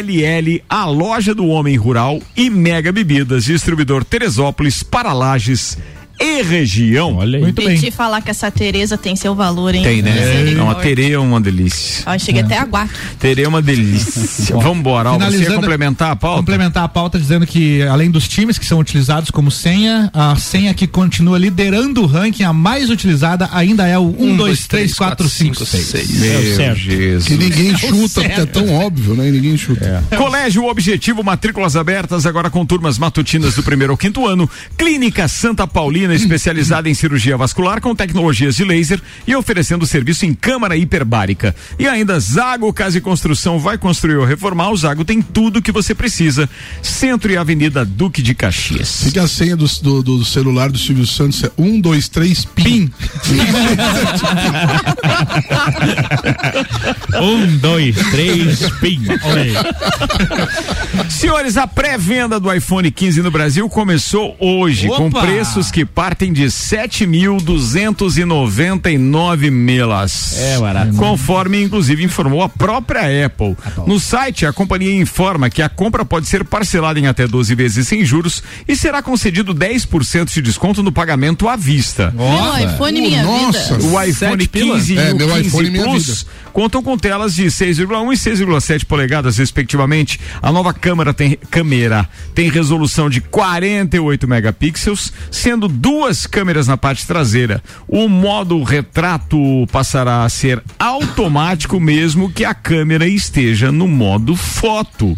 S1: TLL, a loja do homem rural e Mega Bebidas, distribuidor Teresópolis, Paralages e região.
S6: Olha aí.
S3: Muito
S7: E te
S3: bem.
S7: falar que essa Tereza tem seu valor, hein?
S1: Tem, né?
S7: Misericórdia.
S1: Não, a Tere é uma delícia.
S7: Ó, cheguei até a aguar.
S1: Tere é uma delícia. Vambora, Alba, você ia
S3: Finalizando-
S1: complementar a pauta?
S3: Complementar a pauta dizendo que, além dos times que são utilizados como senha, a senha que continua liderando o ranking, a mais utilizada, ainda é o 1, 2, 3, 4, 5, 6.
S6: É o certo.
S4: Que ninguém chuta, porque é tão óbvio, né? E ninguém chuta.
S6: É.
S1: Colégio Objetivo, matrículas abertas, agora com turmas matutinas do primeiro ao quinto ano. Clínica Santa Paulina, especializada em cirurgia vascular com tecnologias de laser e oferecendo serviço em câmara hiperbárica. E ainda Zago Casa e Construção vai construir ou reformar. O Zago tem tudo que você precisa. Centro e Avenida Duque de Caxias.
S4: Fica a senha do, do- do celular do Silvio Santos é 1, 2, 3, PIN.
S6: Um, dois, três, pim. Olha aí.
S1: Senhores, a pré-venda do iPhone 15 no Brasil começou hoje, com
S6: Opa!
S1: preços que partem de 7.299 melas.
S6: É barato. Tá
S1: Conforme, inclusive, informou a própria Apple. No site, a companhia informa que a compra pode ser parcelada em até 12 vezes sem juros e será concedido 10% de desconto no pagamento à vista.
S7: Meu iPhone, minha
S4: Nossa.
S7: vida.
S1: O iPhone
S5: pila?
S1: 15 e
S4: É,
S1: o
S4: meu
S1: 15
S4: iPhone, minha
S1: Plus contam com telas de 6,1 e 6,7 polegadas, respectivamente. A nova câmera tem, câmera tem resolução de 48 megapixels, sendo duas câmeras na parte traseira. O modo retrato passará a ser automático, mesmo que a câmera esteja no modo foto.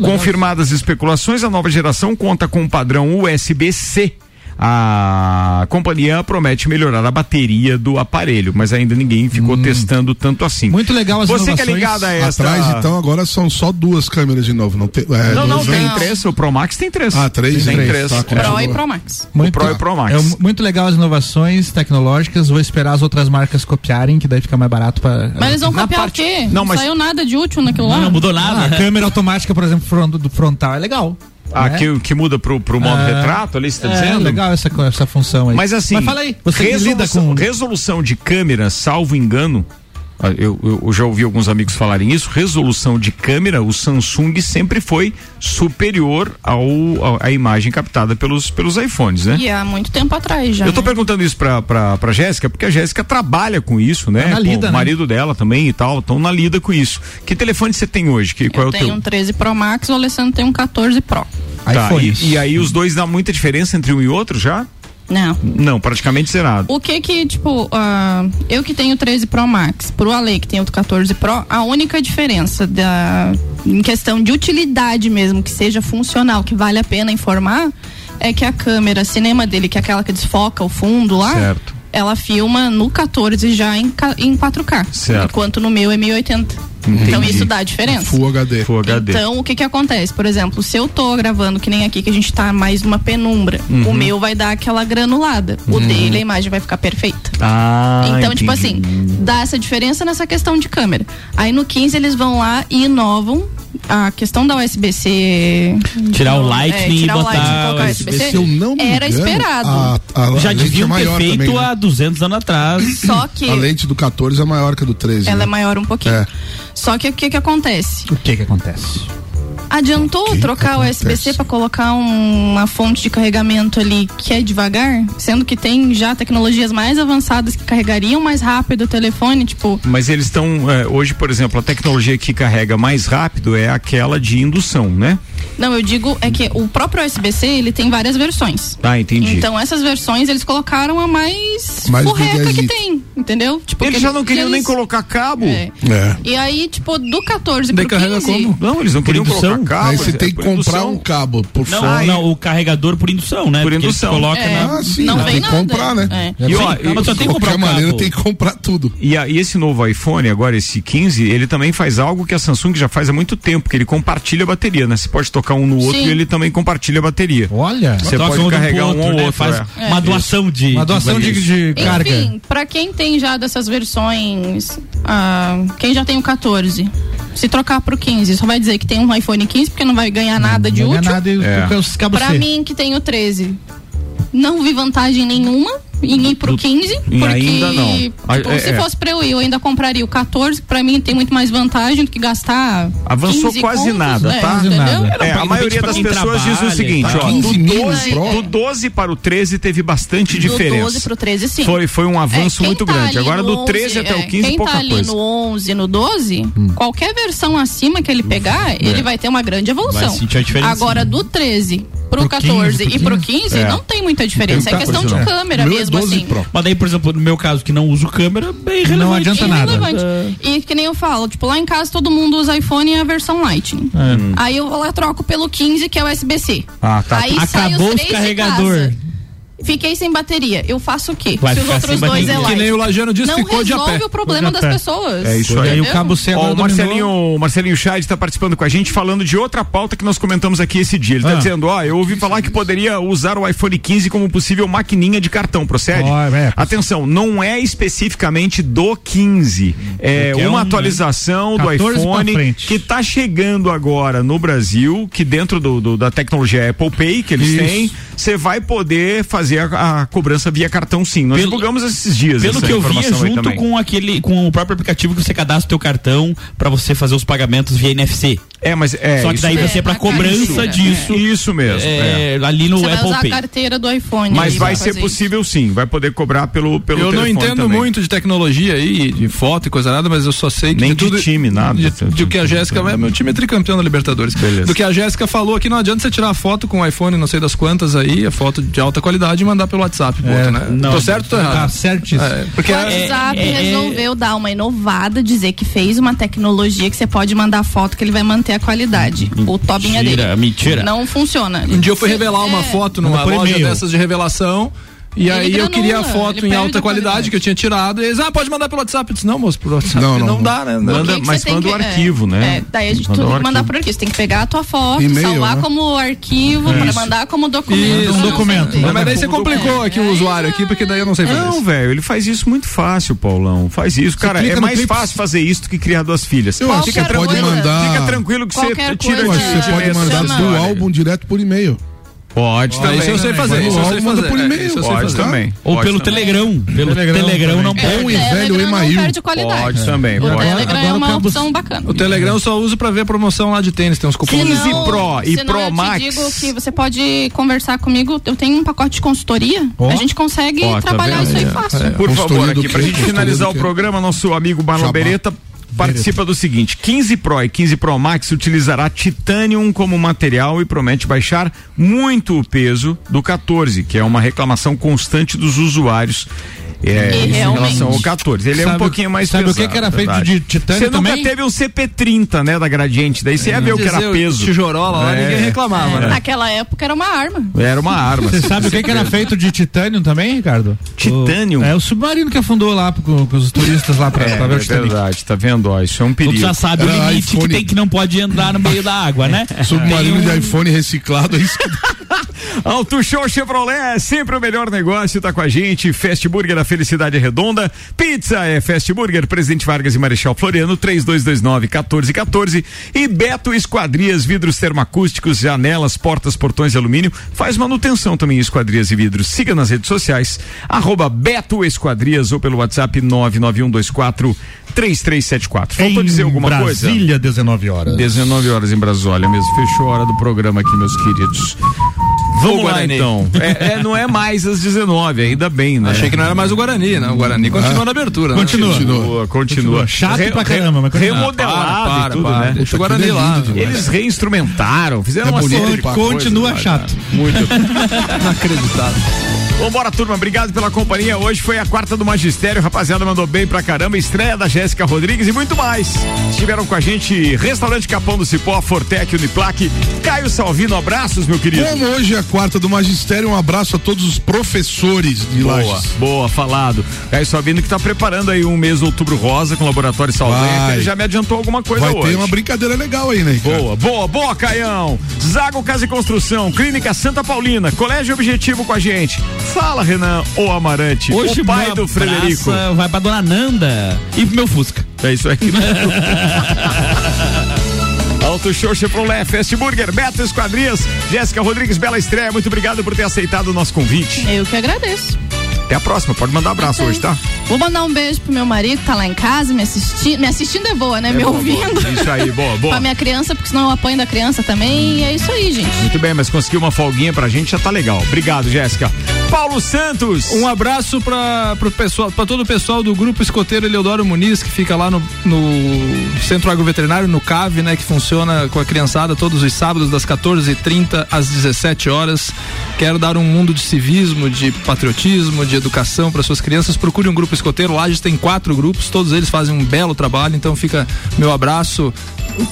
S1: Confirmadas especulações, a nova geração conta com o padrão USB-C. A companhia promete melhorar a bateria do aparelho, mas ainda ninguém ficou testando tanto assim.
S4: Muito
S1: legal as Você que é inovações. ligado a esta-
S4: Atrás, então, agora são só duas câmeras de novo. Não, tem, é,
S1: não, não,
S4: duas
S1: tem
S4: vezes.
S1: três. O Pro Max tem três.
S4: Ah, três?
S1: Tem
S4: Três,
S1: três.
S4: tá,
S7: Pro e Pro Max.
S1: O Pro e Pro Max.
S3: É mu- muito legal as inovações tecnológicas. Vou esperar as outras marcas copiarem, que daí fica mais barato para.
S7: Mas eles vão copiar o quê? Não,
S3: mas-
S7: saiu nada de útil naquilo lá.
S6: Ah,
S3: a Ah,
S6: né?
S3: câmera automática, por exemplo, front- do frontal é legal.
S1: Ah,
S3: né?
S1: que, que muda pro, pro modo
S3: Ah,
S1: retrato ali, você tá
S3: é,
S1: dizendo?
S3: legal essa, co- essa função aí.
S1: Mas assim,
S3: Mas fala aí, você que lida
S1: resolução,
S3: com.
S1: resolução de câmera, salvo engano. ah, Eu, eu- eu já ouvi alguns amigos falarem isso. Resolução de câmera, o Samsung sempre foi superior ao, ao- à imagem captada pelos, pelos iPhones, né?
S7: E há muito tempo atrás já.
S1: Eu tô
S7: né?
S1: perguntando isso pra, pra, pra Jéssica, porque a Jéssica trabalha com isso, né?
S7: Tá na
S1: Com
S7: lida, né?
S1: o marido dela também e tal, estão na lida com isso. Que telefone você tem hoje? Que, qual é o
S7: Tem
S1: teu?
S7: um 13 Pro Max, o Alessandro tem um 14 Pro.
S1: Tá, e, e aí os dois dá muita diferença entre um e outro já?
S7: Não.
S1: Não, praticamente zerado.
S7: O que que, tipo, ah, eu que tenho 13 Pro Max, pro Ale que tem o 14 Pro, a única diferença da, em questão de utilidade mesmo, que seja funcional, que vale a pena informar, é que a câmera cinema dele, que é aquela que desfoca o fundo lá,
S1: Certo.
S7: ela filma no 14 já em, ca- em 4K.
S1: Certo.
S7: Enquanto no meu é 1080. Então
S1: Entendi.
S7: isso dá a diferença.
S4: Full HD.
S1: Full HD.
S7: Então, o que que acontece? Por exemplo, se eu tô gravando que nem aqui, que a gente tá mais numa penumbra,
S1: Uhum.
S7: o meu vai dar aquela granulada. O dele, a imagem vai ficar perfeita.
S1: Ah,
S7: então, tipo
S1: entendi.
S7: assim, dá essa diferença nessa questão de câmera. Aí no 15 eles vão lá e inovam a questão da USB-C.
S6: Tirar o
S7: Não,
S6: Lightning
S7: é, tirar
S6: e
S7: o
S6: botar
S7: Lightning e colocar
S6: o
S7: o USB-C.
S6: Se eu não me
S7: era
S6: engano,
S7: esperado.
S4: a- a-
S6: Já
S1: Ah,
S4: a lente
S6: deviam
S4: é
S6: ter
S4: maior
S6: feito
S4: também, né?
S6: há 200 anos atrás.
S7: Só que-
S4: A lente do 14 é maior que a do 13.
S7: Ela
S4: né?
S7: é maior um pouquinho.
S4: É.
S7: Só que o que que acontece?
S3: O que que acontece?
S7: Adiantou trocar o USB-C para colocar um- uma fonte de carregamento ali que é devagar, sendo que tem já tecnologias mais avançadas que carregariam mais rápido o telefone, tipo,
S1: Mas eles estão. eh, hoje, por exemplo, a tecnologia que carrega mais rápido é aquela de indução, né?
S7: não, eu digo é que o próprio USB-C, ele tem várias versões.
S1: Tá, entendi.
S7: Então essas versões eles colocaram a mais,
S1: Mais
S7: furreca que
S1: vigazita.
S7: tem, entendeu? Tipo,
S1: eles
S7: que-
S1: já não
S7: que
S1: queriam nem
S7: eles-
S1: colocar cabo.
S7: É. E aí, tipo, do 14 pro 15,
S1: Não, eles não queriam colocar
S6: Ah,
S1: cabo. é,
S4: Aí você
S6: é,
S4: tem que comprar um cabo por
S6: não,
S4: fora.
S6: não, o carregador por indução, né?
S4: Por
S6: Porque eles
S4: indução.
S6: Coloca
S4: É,
S6: na...
S4: ah, sim, não tem que comprar, né?
S1: E, ó, e-
S6: mas só tem que comprar o cabo.
S4: que comprar tudo.
S1: E, a- e esse novo iPhone, agora esse 15, ele também faz algo que a Samsung já faz há muito tempo, que ele compartilha a bateria, né? Você pode tocar um no outro
S6: Sim.
S1: e ele também compartilha a bateria.
S3: Olha,
S1: você
S6: Troca um
S1: pode
S6: do
S1: carregar
S6: outro,
S1: um ao
S6: né?
S1: outro.
S6: Faz
S7: É.
S6: uma doação de- Uma de doação de- bateria. de carga.
S7: Enfim, pra quem tem já dessas versões, ah, quem já tem o 14, se trocar pro 15, só vai dizer que tem um iPhone 15 porque não vai ganhar nada de
S3: não ganha
S7: útil.
S3: nada e o- É. o- os cabos
S7: Pra
S3: C.
S7: mim que tem o 13, não vi vantagem nenhuma em ir pro 15,
S1: E
S7: porque
S1: ainda não.
S7: tipo,
S1: Ah, é,
S7: se
S1: é.
S7: fosse pra eu ir, eu ainda compraria o 14, que pra mim tem muito mais vantagem do que gastar
S1: Avançou
S7: 15
S1: quase
S7: contos,
S1: nada,
S7: né?
S1: tá?
S7: Entendeu?
S1: É, a maioria das pessoas diz o seguinte, ó, do
S7: é
S1: 12, do 12 para o 13 teve bastante diferença.
S7: Do 12 pro 13, sim.
S1: Foi- foi um avanço
S7: quem
S1: muito
S7: tá
S1: grande.
S7: ali
S1: Agora,
S7: no
S1: do 13 até o 15,
S7: quem
S1: pouca
S7: tá ali
S1: coisa.
S7: no 11 no 12,
S6: Hum.
S7: qualquer versão acima que ele pegar, ele vai ter uma grande evolução.
S6: É. Vai sentir a diferença. né?
S7: Agora, do 13 pro,
S6: Pro
S7: 14
S6: 15,
S7: e pro 15,
S6: É.
S7: não tem muita diferença. É questão de câmera
S4: é
S7: mesmo, assim.
S6: Mas daí, por exemplo, no meu caso, que não uso câmera, bem relevante.
S3: Não adianta nada.
S7: Relevante. E que nem eu falo, tipo, lá em casa todo mundo usa iPhone e a versão Lightning. Aí eu vou lá troco pelo 15, que é o USB-C.
S6: É. Ah, tá.
S7: Aí sai os
S6: Acabou
S7: três
S6: os
S7: de
S6: carregador.
S7: casa. Fiquei sem bateria. Eu faço o quê?
S6: Vai
S7: Se os
S6: ficar
S7: outros
S6: sem
S7: dois é
S6: bateria.
S7: lá.
S6: Que nem o Lajano disse,
S7: Não
S6: ficou de a
S7: resolve
S6: pé.
S7: o problema
S6: Ficou
S7: das
S6: de a pé.
S7: pessoas.
S1: É isso aí.
S6: Aí o cabo C agora
S1: Ó, o
S6: dominou.
S1: Marcelinho, o Marcelinho Chad está participando com a gente falando de outra pauta que nós comentamos aqui esse dia. Ele está
S6: Ah.
S1: dizendo, ó, eu ouvi falar que poderia usar o iPhone 15 como possível maquininha de cartão, procede?
S3: Ó, é.
S1: Atenção, não é especificamente do 15, é
S3: Porque é
S1: uma
S3: um, né?
S1: atualização do
S3: 14 pra
S1: iPhone
S3: frente.
S1: que tá está chegando agora no Brasil, que dentro do, do- da tecnologia Apple Pay que eles
S3: Isso.
S1: têm, você vai poder fazer a, a cobrança via cartão sim. Nós
S6: Pelo-
S1: divulgamos esses dias.
S6: Pelo
S1: essa
S6: que eu vi, é
S1: informação aí
S6: junto
S1: também.
S6: com aquele, com o próprio aplicativo que você cadastra o teu cartão pra você fazer os pagamentos via NFC.
S1: É, mas é.
S6: Só que
S1: isso
S6: daí
S1: mesmo.
S6: você pra
S1: É,
S6: cobrança
S1: isso,
S6: disso.
S1: é. Isso mesmo,
S6: é, Ali no
S7: Você vai
S6: Apple
S7: usar
S6: Pay.
S7: a carteira do iPhone.
S1: Mas
S7: aí
S1: vai
S7: pra
S1: ser
S7: fazer isso.
S1: possível sim, vai poder cobrar pelo pelo
S5: eu não
S1: telefone
S5: entendo
S1: também.
S5: muito de tecnologia aí, de foto e coisa nada, mas eu só sei que.
S1: Nem
S5: de, tudo,
S1: de time, nada.
S5: De, de que a Jéssica. é, Meu time é tricampeão da Libertadores. Do que a Jéssica falou aqui, não adianta você tirar foto com o iPhone, não sei das quantas aí, a foto de alta qualidade e mandar pelo WhatsApp. pro
S3: É,
S5: outro, né?
S3: não,
S5: tô certo ou tô errado?
S3: tá certíssimo.
S6: Ah,
S5: É, porque
S7: o WhatsApp resolveu dar uma inovada, dizer que fez uma tecnologia que você pode mandar foto que ele vai manter a qualidade. O tobinha
S5: Mentira,
S7: dele.
S5: mentira.
S7: Não funciona.
S5: Um dia eu fui
S7: Você-
S5: revelar uma foto
S7: Manda
S5: numa
S7: por
S5: loja
S7: e-mail.
S5: dessas de revelação. E
S7: Ele
S5: aí eu
S7: granula,
S5: queria a
S7: ele
S5: foto em
S7: perde
S5: alta
S7: a
S5: qualidade, que eu tinha tirado. E eles, ah, pode mandar pelo WhatsApp. Eu disse, não, moço, por WhatsApp
S4: Não,
S5: não,
S4: não, não.
S5: dá, né?
S7: Por
S5: Manda- né?
S7: que que você tem que- é,
S1: né?
S7: é, daí a gente
S5: Manda
S7: tem
S5: o
S7: que mandar
S5: arquivo.
S7: por aqui. Você tem que pegar a tua foto,
S5: E-mail,
S7: salvar
S5: né?
S7: como arquivo,
S5: É.
S7: pra
S5: Isso.
S7: mandar como documento.
S4: Um
S7: pra não perder.
S5: Mas daí você
S7: É.
S5: complicou aqui o usuário aqui, porque daí eu não sei fazer
S1: Não,
S5: isso.
S1: velho, ele faz isso muito fácil, Paulão. Faz isso,
S5: Você
S1: cara.
S5: clica
S1: É
S5: no
S1: mais
S5: clipe.
S1: fácil fazer isso do que criar duas filhas.
S4: Eu acho que você pode mandar.
S1: Fica tranquilo que você
S4: Qualquer
S1: tira
S4: coisa,
S1: de-
S4: Você pode
S1: de-
S4: mandar
S1: Chama.
S4: do álbum direto por e-mail.
S1: Pode
S4: também.
S5: isso eu sei fazer,
S4: Manda
S5: isso eu
S4: o
S5: sei
S4: álbum, manda
S5: fazer.
S4: por
S5: É,
S4: e-mail.
S5: isso eu sei
S4: Pode tá?
S5: fazer.
S4: também.
S6: Ou
S4: Pode
S6: pelo
S4: também.
S6: Telegram. Pelo Telegram,
S4: Telegram
S6: não
S4: também.
S6: perde.
S7: É.
S4: Bom e velho
S7: Telegram não
S4: e-mail.
S7: perde qualidade.
S5: Pode também,
S7: O
S5: pode.
S7: Telegram
S5: Agora
S7: é
S5: o
S7: uma
S5: Campos-
S7: opção bacana.
S5: O Telegram eu só uso pra ver a promoção lá de tênis, tem uns cupons.
S7: Se não- se não, eu te digo que você pode conversar comigo. Eu tenho um pacote de consultoria.
S1: Ó.
S7: A gente consegue
S1: Ó, tá
S7: trabalhar
S1: vendo?
S7: isso aí
S1: É,
S7: fácil.
S1: é. Por favor,
S4: Consultoria do
S1: aqui, pra
S4: quê?
S1: gente
S4: Consultoria
S1: finalizar
S4: do
S1: o
S4: quê?
S1: programa, nosso amigo Marlon
S4: Jabá.
S1: Beretta participa do seguinte: 15 Pro e 15 Pro Max utilizará titânio como material e promete baixar muito o peso do 14, que é uma reclamação constante dos usuários. É,
S4: E
S1: isso em
S4: realmente.
S1: relação ao 14. Ele é um
S4: Sabe-
S1: pouquinho mais
S4: sabe o que
S1: pesado, é
S4: que era feito
S1: verdade.
S4: de titânio
S1: Você nunca
S4: também? É,
S1: teve um CP30, né, da Gradiente. Daí você ia ver o que era
S5: Dizer, o
S1: peso.
S5: tijorola lá, ninguém né?
S1: reclamava,
S7: Naquela época era uma arma.
S1: Era uma arma.
S3: Você sabe o que, que era feito de titânio também, Ricardo?
S1: Titânio?
S3: O- é o submarino que afundou lá com, com os turistas lá pra,
S1: um. É,
S3: pra ver o
S1: é
S3: Titanic.
S1: verdade, tá vendo? Ó, isso é um perigo.
S6: Tu já sabe o
S1: Era
S6: limite que
S1: iPhone.
S6: tem que não pode entrar no meio da água, né?
S4: Submarino de
S6: Tem um-
S4: iPhone reciclado, é isso que
S1: Auto Show Chevrolet é sempre o melhor negócio, tá com a gente. Fast Burger da Felicidade é Redonda. Pizza é Fast Burger, Presidente Vargas e Marechal Floriano, 3229-1414. E Beto Esquadrias, vidros termoacústicos, janelas, portas, portões de alumínio. Faz manutenção também em esquadrias e vidros. Siga nas redes sociais, arroba Beto Esquadrias ou pelo WhatsApp 99124 3374. Faltou dizer alguma coisa?
S17: Brasília, 19 horas.
S1: 19 horas em Brasília mesmo. Fechou a hora do programa aqui, meus queridos. Vamos
S5: Ô,
S1: lá
S5: Guarani.
S1: então. É, é, não é mais às 19, ainda bem, né?
S5: Achei que não era mais o Guarani, né? O Guarani continua na abertura. né?
S1: Continua. Continua, continua.
S5: Chato
S1: Re-
S5: pra
S1: re-
S5: caramba, mas continua.
S1: Remodelado
S5: Para, para,
S1: e tudo,
S5: para.
S1: né?
S5: Deixa o Guarani
S1: Aquilo é
S5: lá.
S1: lindo demais. Eles reinstrumentaram, fizeram
S5: É
S1: uma
S5: bonito
S1: série de
S5: pra
S1: coisas,
S5: continua
S1: né,
S5: chato.
S1: cara? Muito. Inacreditável. Vambora, turma. Obrigado pela companhia. Hoje foi a quarta do Magistério. Rapaziada, mandou bem pra caramba. Estreia da Jéssica Rodrigues e muito mais. Estiveram com a gente Restaurante Capão do Cipó, Fortec, Uniplaque, Caio Salvino. Abraços, meu querido.
S4: Como hoje é a quarta do magistério, um abraço a todos os professores de
S1: Boa,
S4: Lages.
S1: boa, falado. Caio Salvino que tá preparando aí um mês outubro rosa com o Laboratório Saldanha, que
S4: Vai.
S1: ele já me adiantou alguma coisa
S4: Vai
S1: hoje.
S4: ter uma brincadeira legal aí, né? Ricardo?
S1: Boa, boa, boa, Caião. Zago Casa e Construção, Clínica Santa Paulina, Colégio Objetivo com a gente. Fala, Renan, o Amarante,
S6: Hoje
S1: o pai
S6: uma
S1: do Frederico.
S6: praça Vai pra dona Nanda e pro meu Fusca.
S1: É isso aí. Auto Show Chevrolet, Fast Burger, Beto Esquadrias, Jéssica Rodrigues, bela estreia, muito obrigado por ter aceitado o nosso convite.
S7: Eu que agradeço.
S1: Até a próxima, pode mandar abraço hoje, tá?
S7: Vou mandar um beijo pro meu marido que tá lá em casa me assistindo. Me assistindo é boa, né?
S1: É
S7: me
S1: boa,
S7: ouvindo.
S1: boa. Isso aí, boa, boa.
S7: Pra minha criança, porque senão eu apanho da criança também. E é isso aí, gente.
S1: Muito bem, mas conseguiu uma folguinha pra gente, já tá legal. Obrigado, Jéssica. Paulo Santos.
S5: Um abraço para pro pessoal, para todo o pessoal do grupo escoteiro Eleodoro Muniz que fica lá no, no Centro Agroveterinário no CAV, né, que funciona com a criançada todos os sábados das 14h30 às 17 horas. Quero dar um mundo de civismo, de patriotismo, de educação para suas crianças. Procure um grupo escoteiro. Lá a gente tem quatro grupos, todos eles fazem um belo trabalho, então fica meu abraço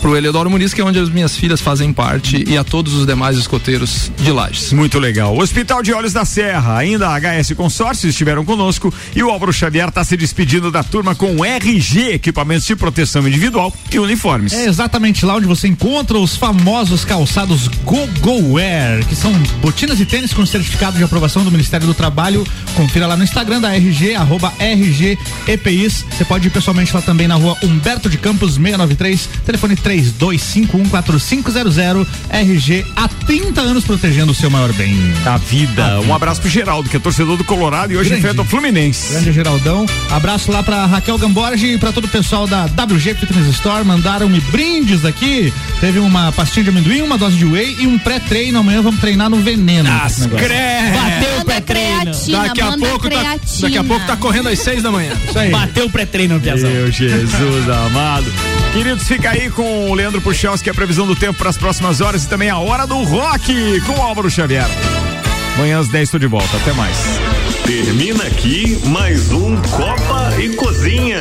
S5: pro Eleodoro Muniz, que é onde as minhas filhas fazem parte, e a todos os demais escoteiros de Lages.
S1: Muito legal. Hospital de Olhos da Serra. Serra. Ainda a HS Consórcios estiveram conosco e o Álvaro Xavier está se despedindo da turma com RG, equipamentos de proteção individual e uniformes.
S3: É exatamente lá onde você encontra os famosos calçados Go-Go Wear, que são botinas e tênis com certificado de aprovação do Ministério do Trabalho. Confira lá no Instagram da RG, arroba RG EPIs. Você pode ir pessoalmente lá também na rua Humberto de Campos 693, telefone 32514500. RG há 30 anos protegendo o seu maior bem.
S1: Da vida. Um abraço pro Geraldo, que é torcedor do Colorado e hoje
S3: Grande.
S1: enfrenta o Fluminense.
S3: Grande Geraldão. Abraço lá pra Raquel Gamborge e pra todo o pessoal da WG Fitness Store. Mandaram-me brindes aqui. Teve uma pastinha de amendoim, uma dose de whey e um pré-treino. Amanhã vamos treinar no veneno. esse negócio.
S6: Bateu o pré-treino.
S3: creatina, Daqui a manda pouco tá- creatina. daqui a pouco tá
S6: correndo às seis da manhã.
S3: Isso aí.
S6: Bateu o pré-treino, Piazão.
S1: Meu Jesus amado. Queridos, fica aí com o Leandro Puchalski, a previsão do tempo para as próximas horas e também a hora do rock com o Álvaro Xavier. Amanhã às 10 estou de volta. Até mais.
S2: Termina aqui mais um Copa e Cozinha.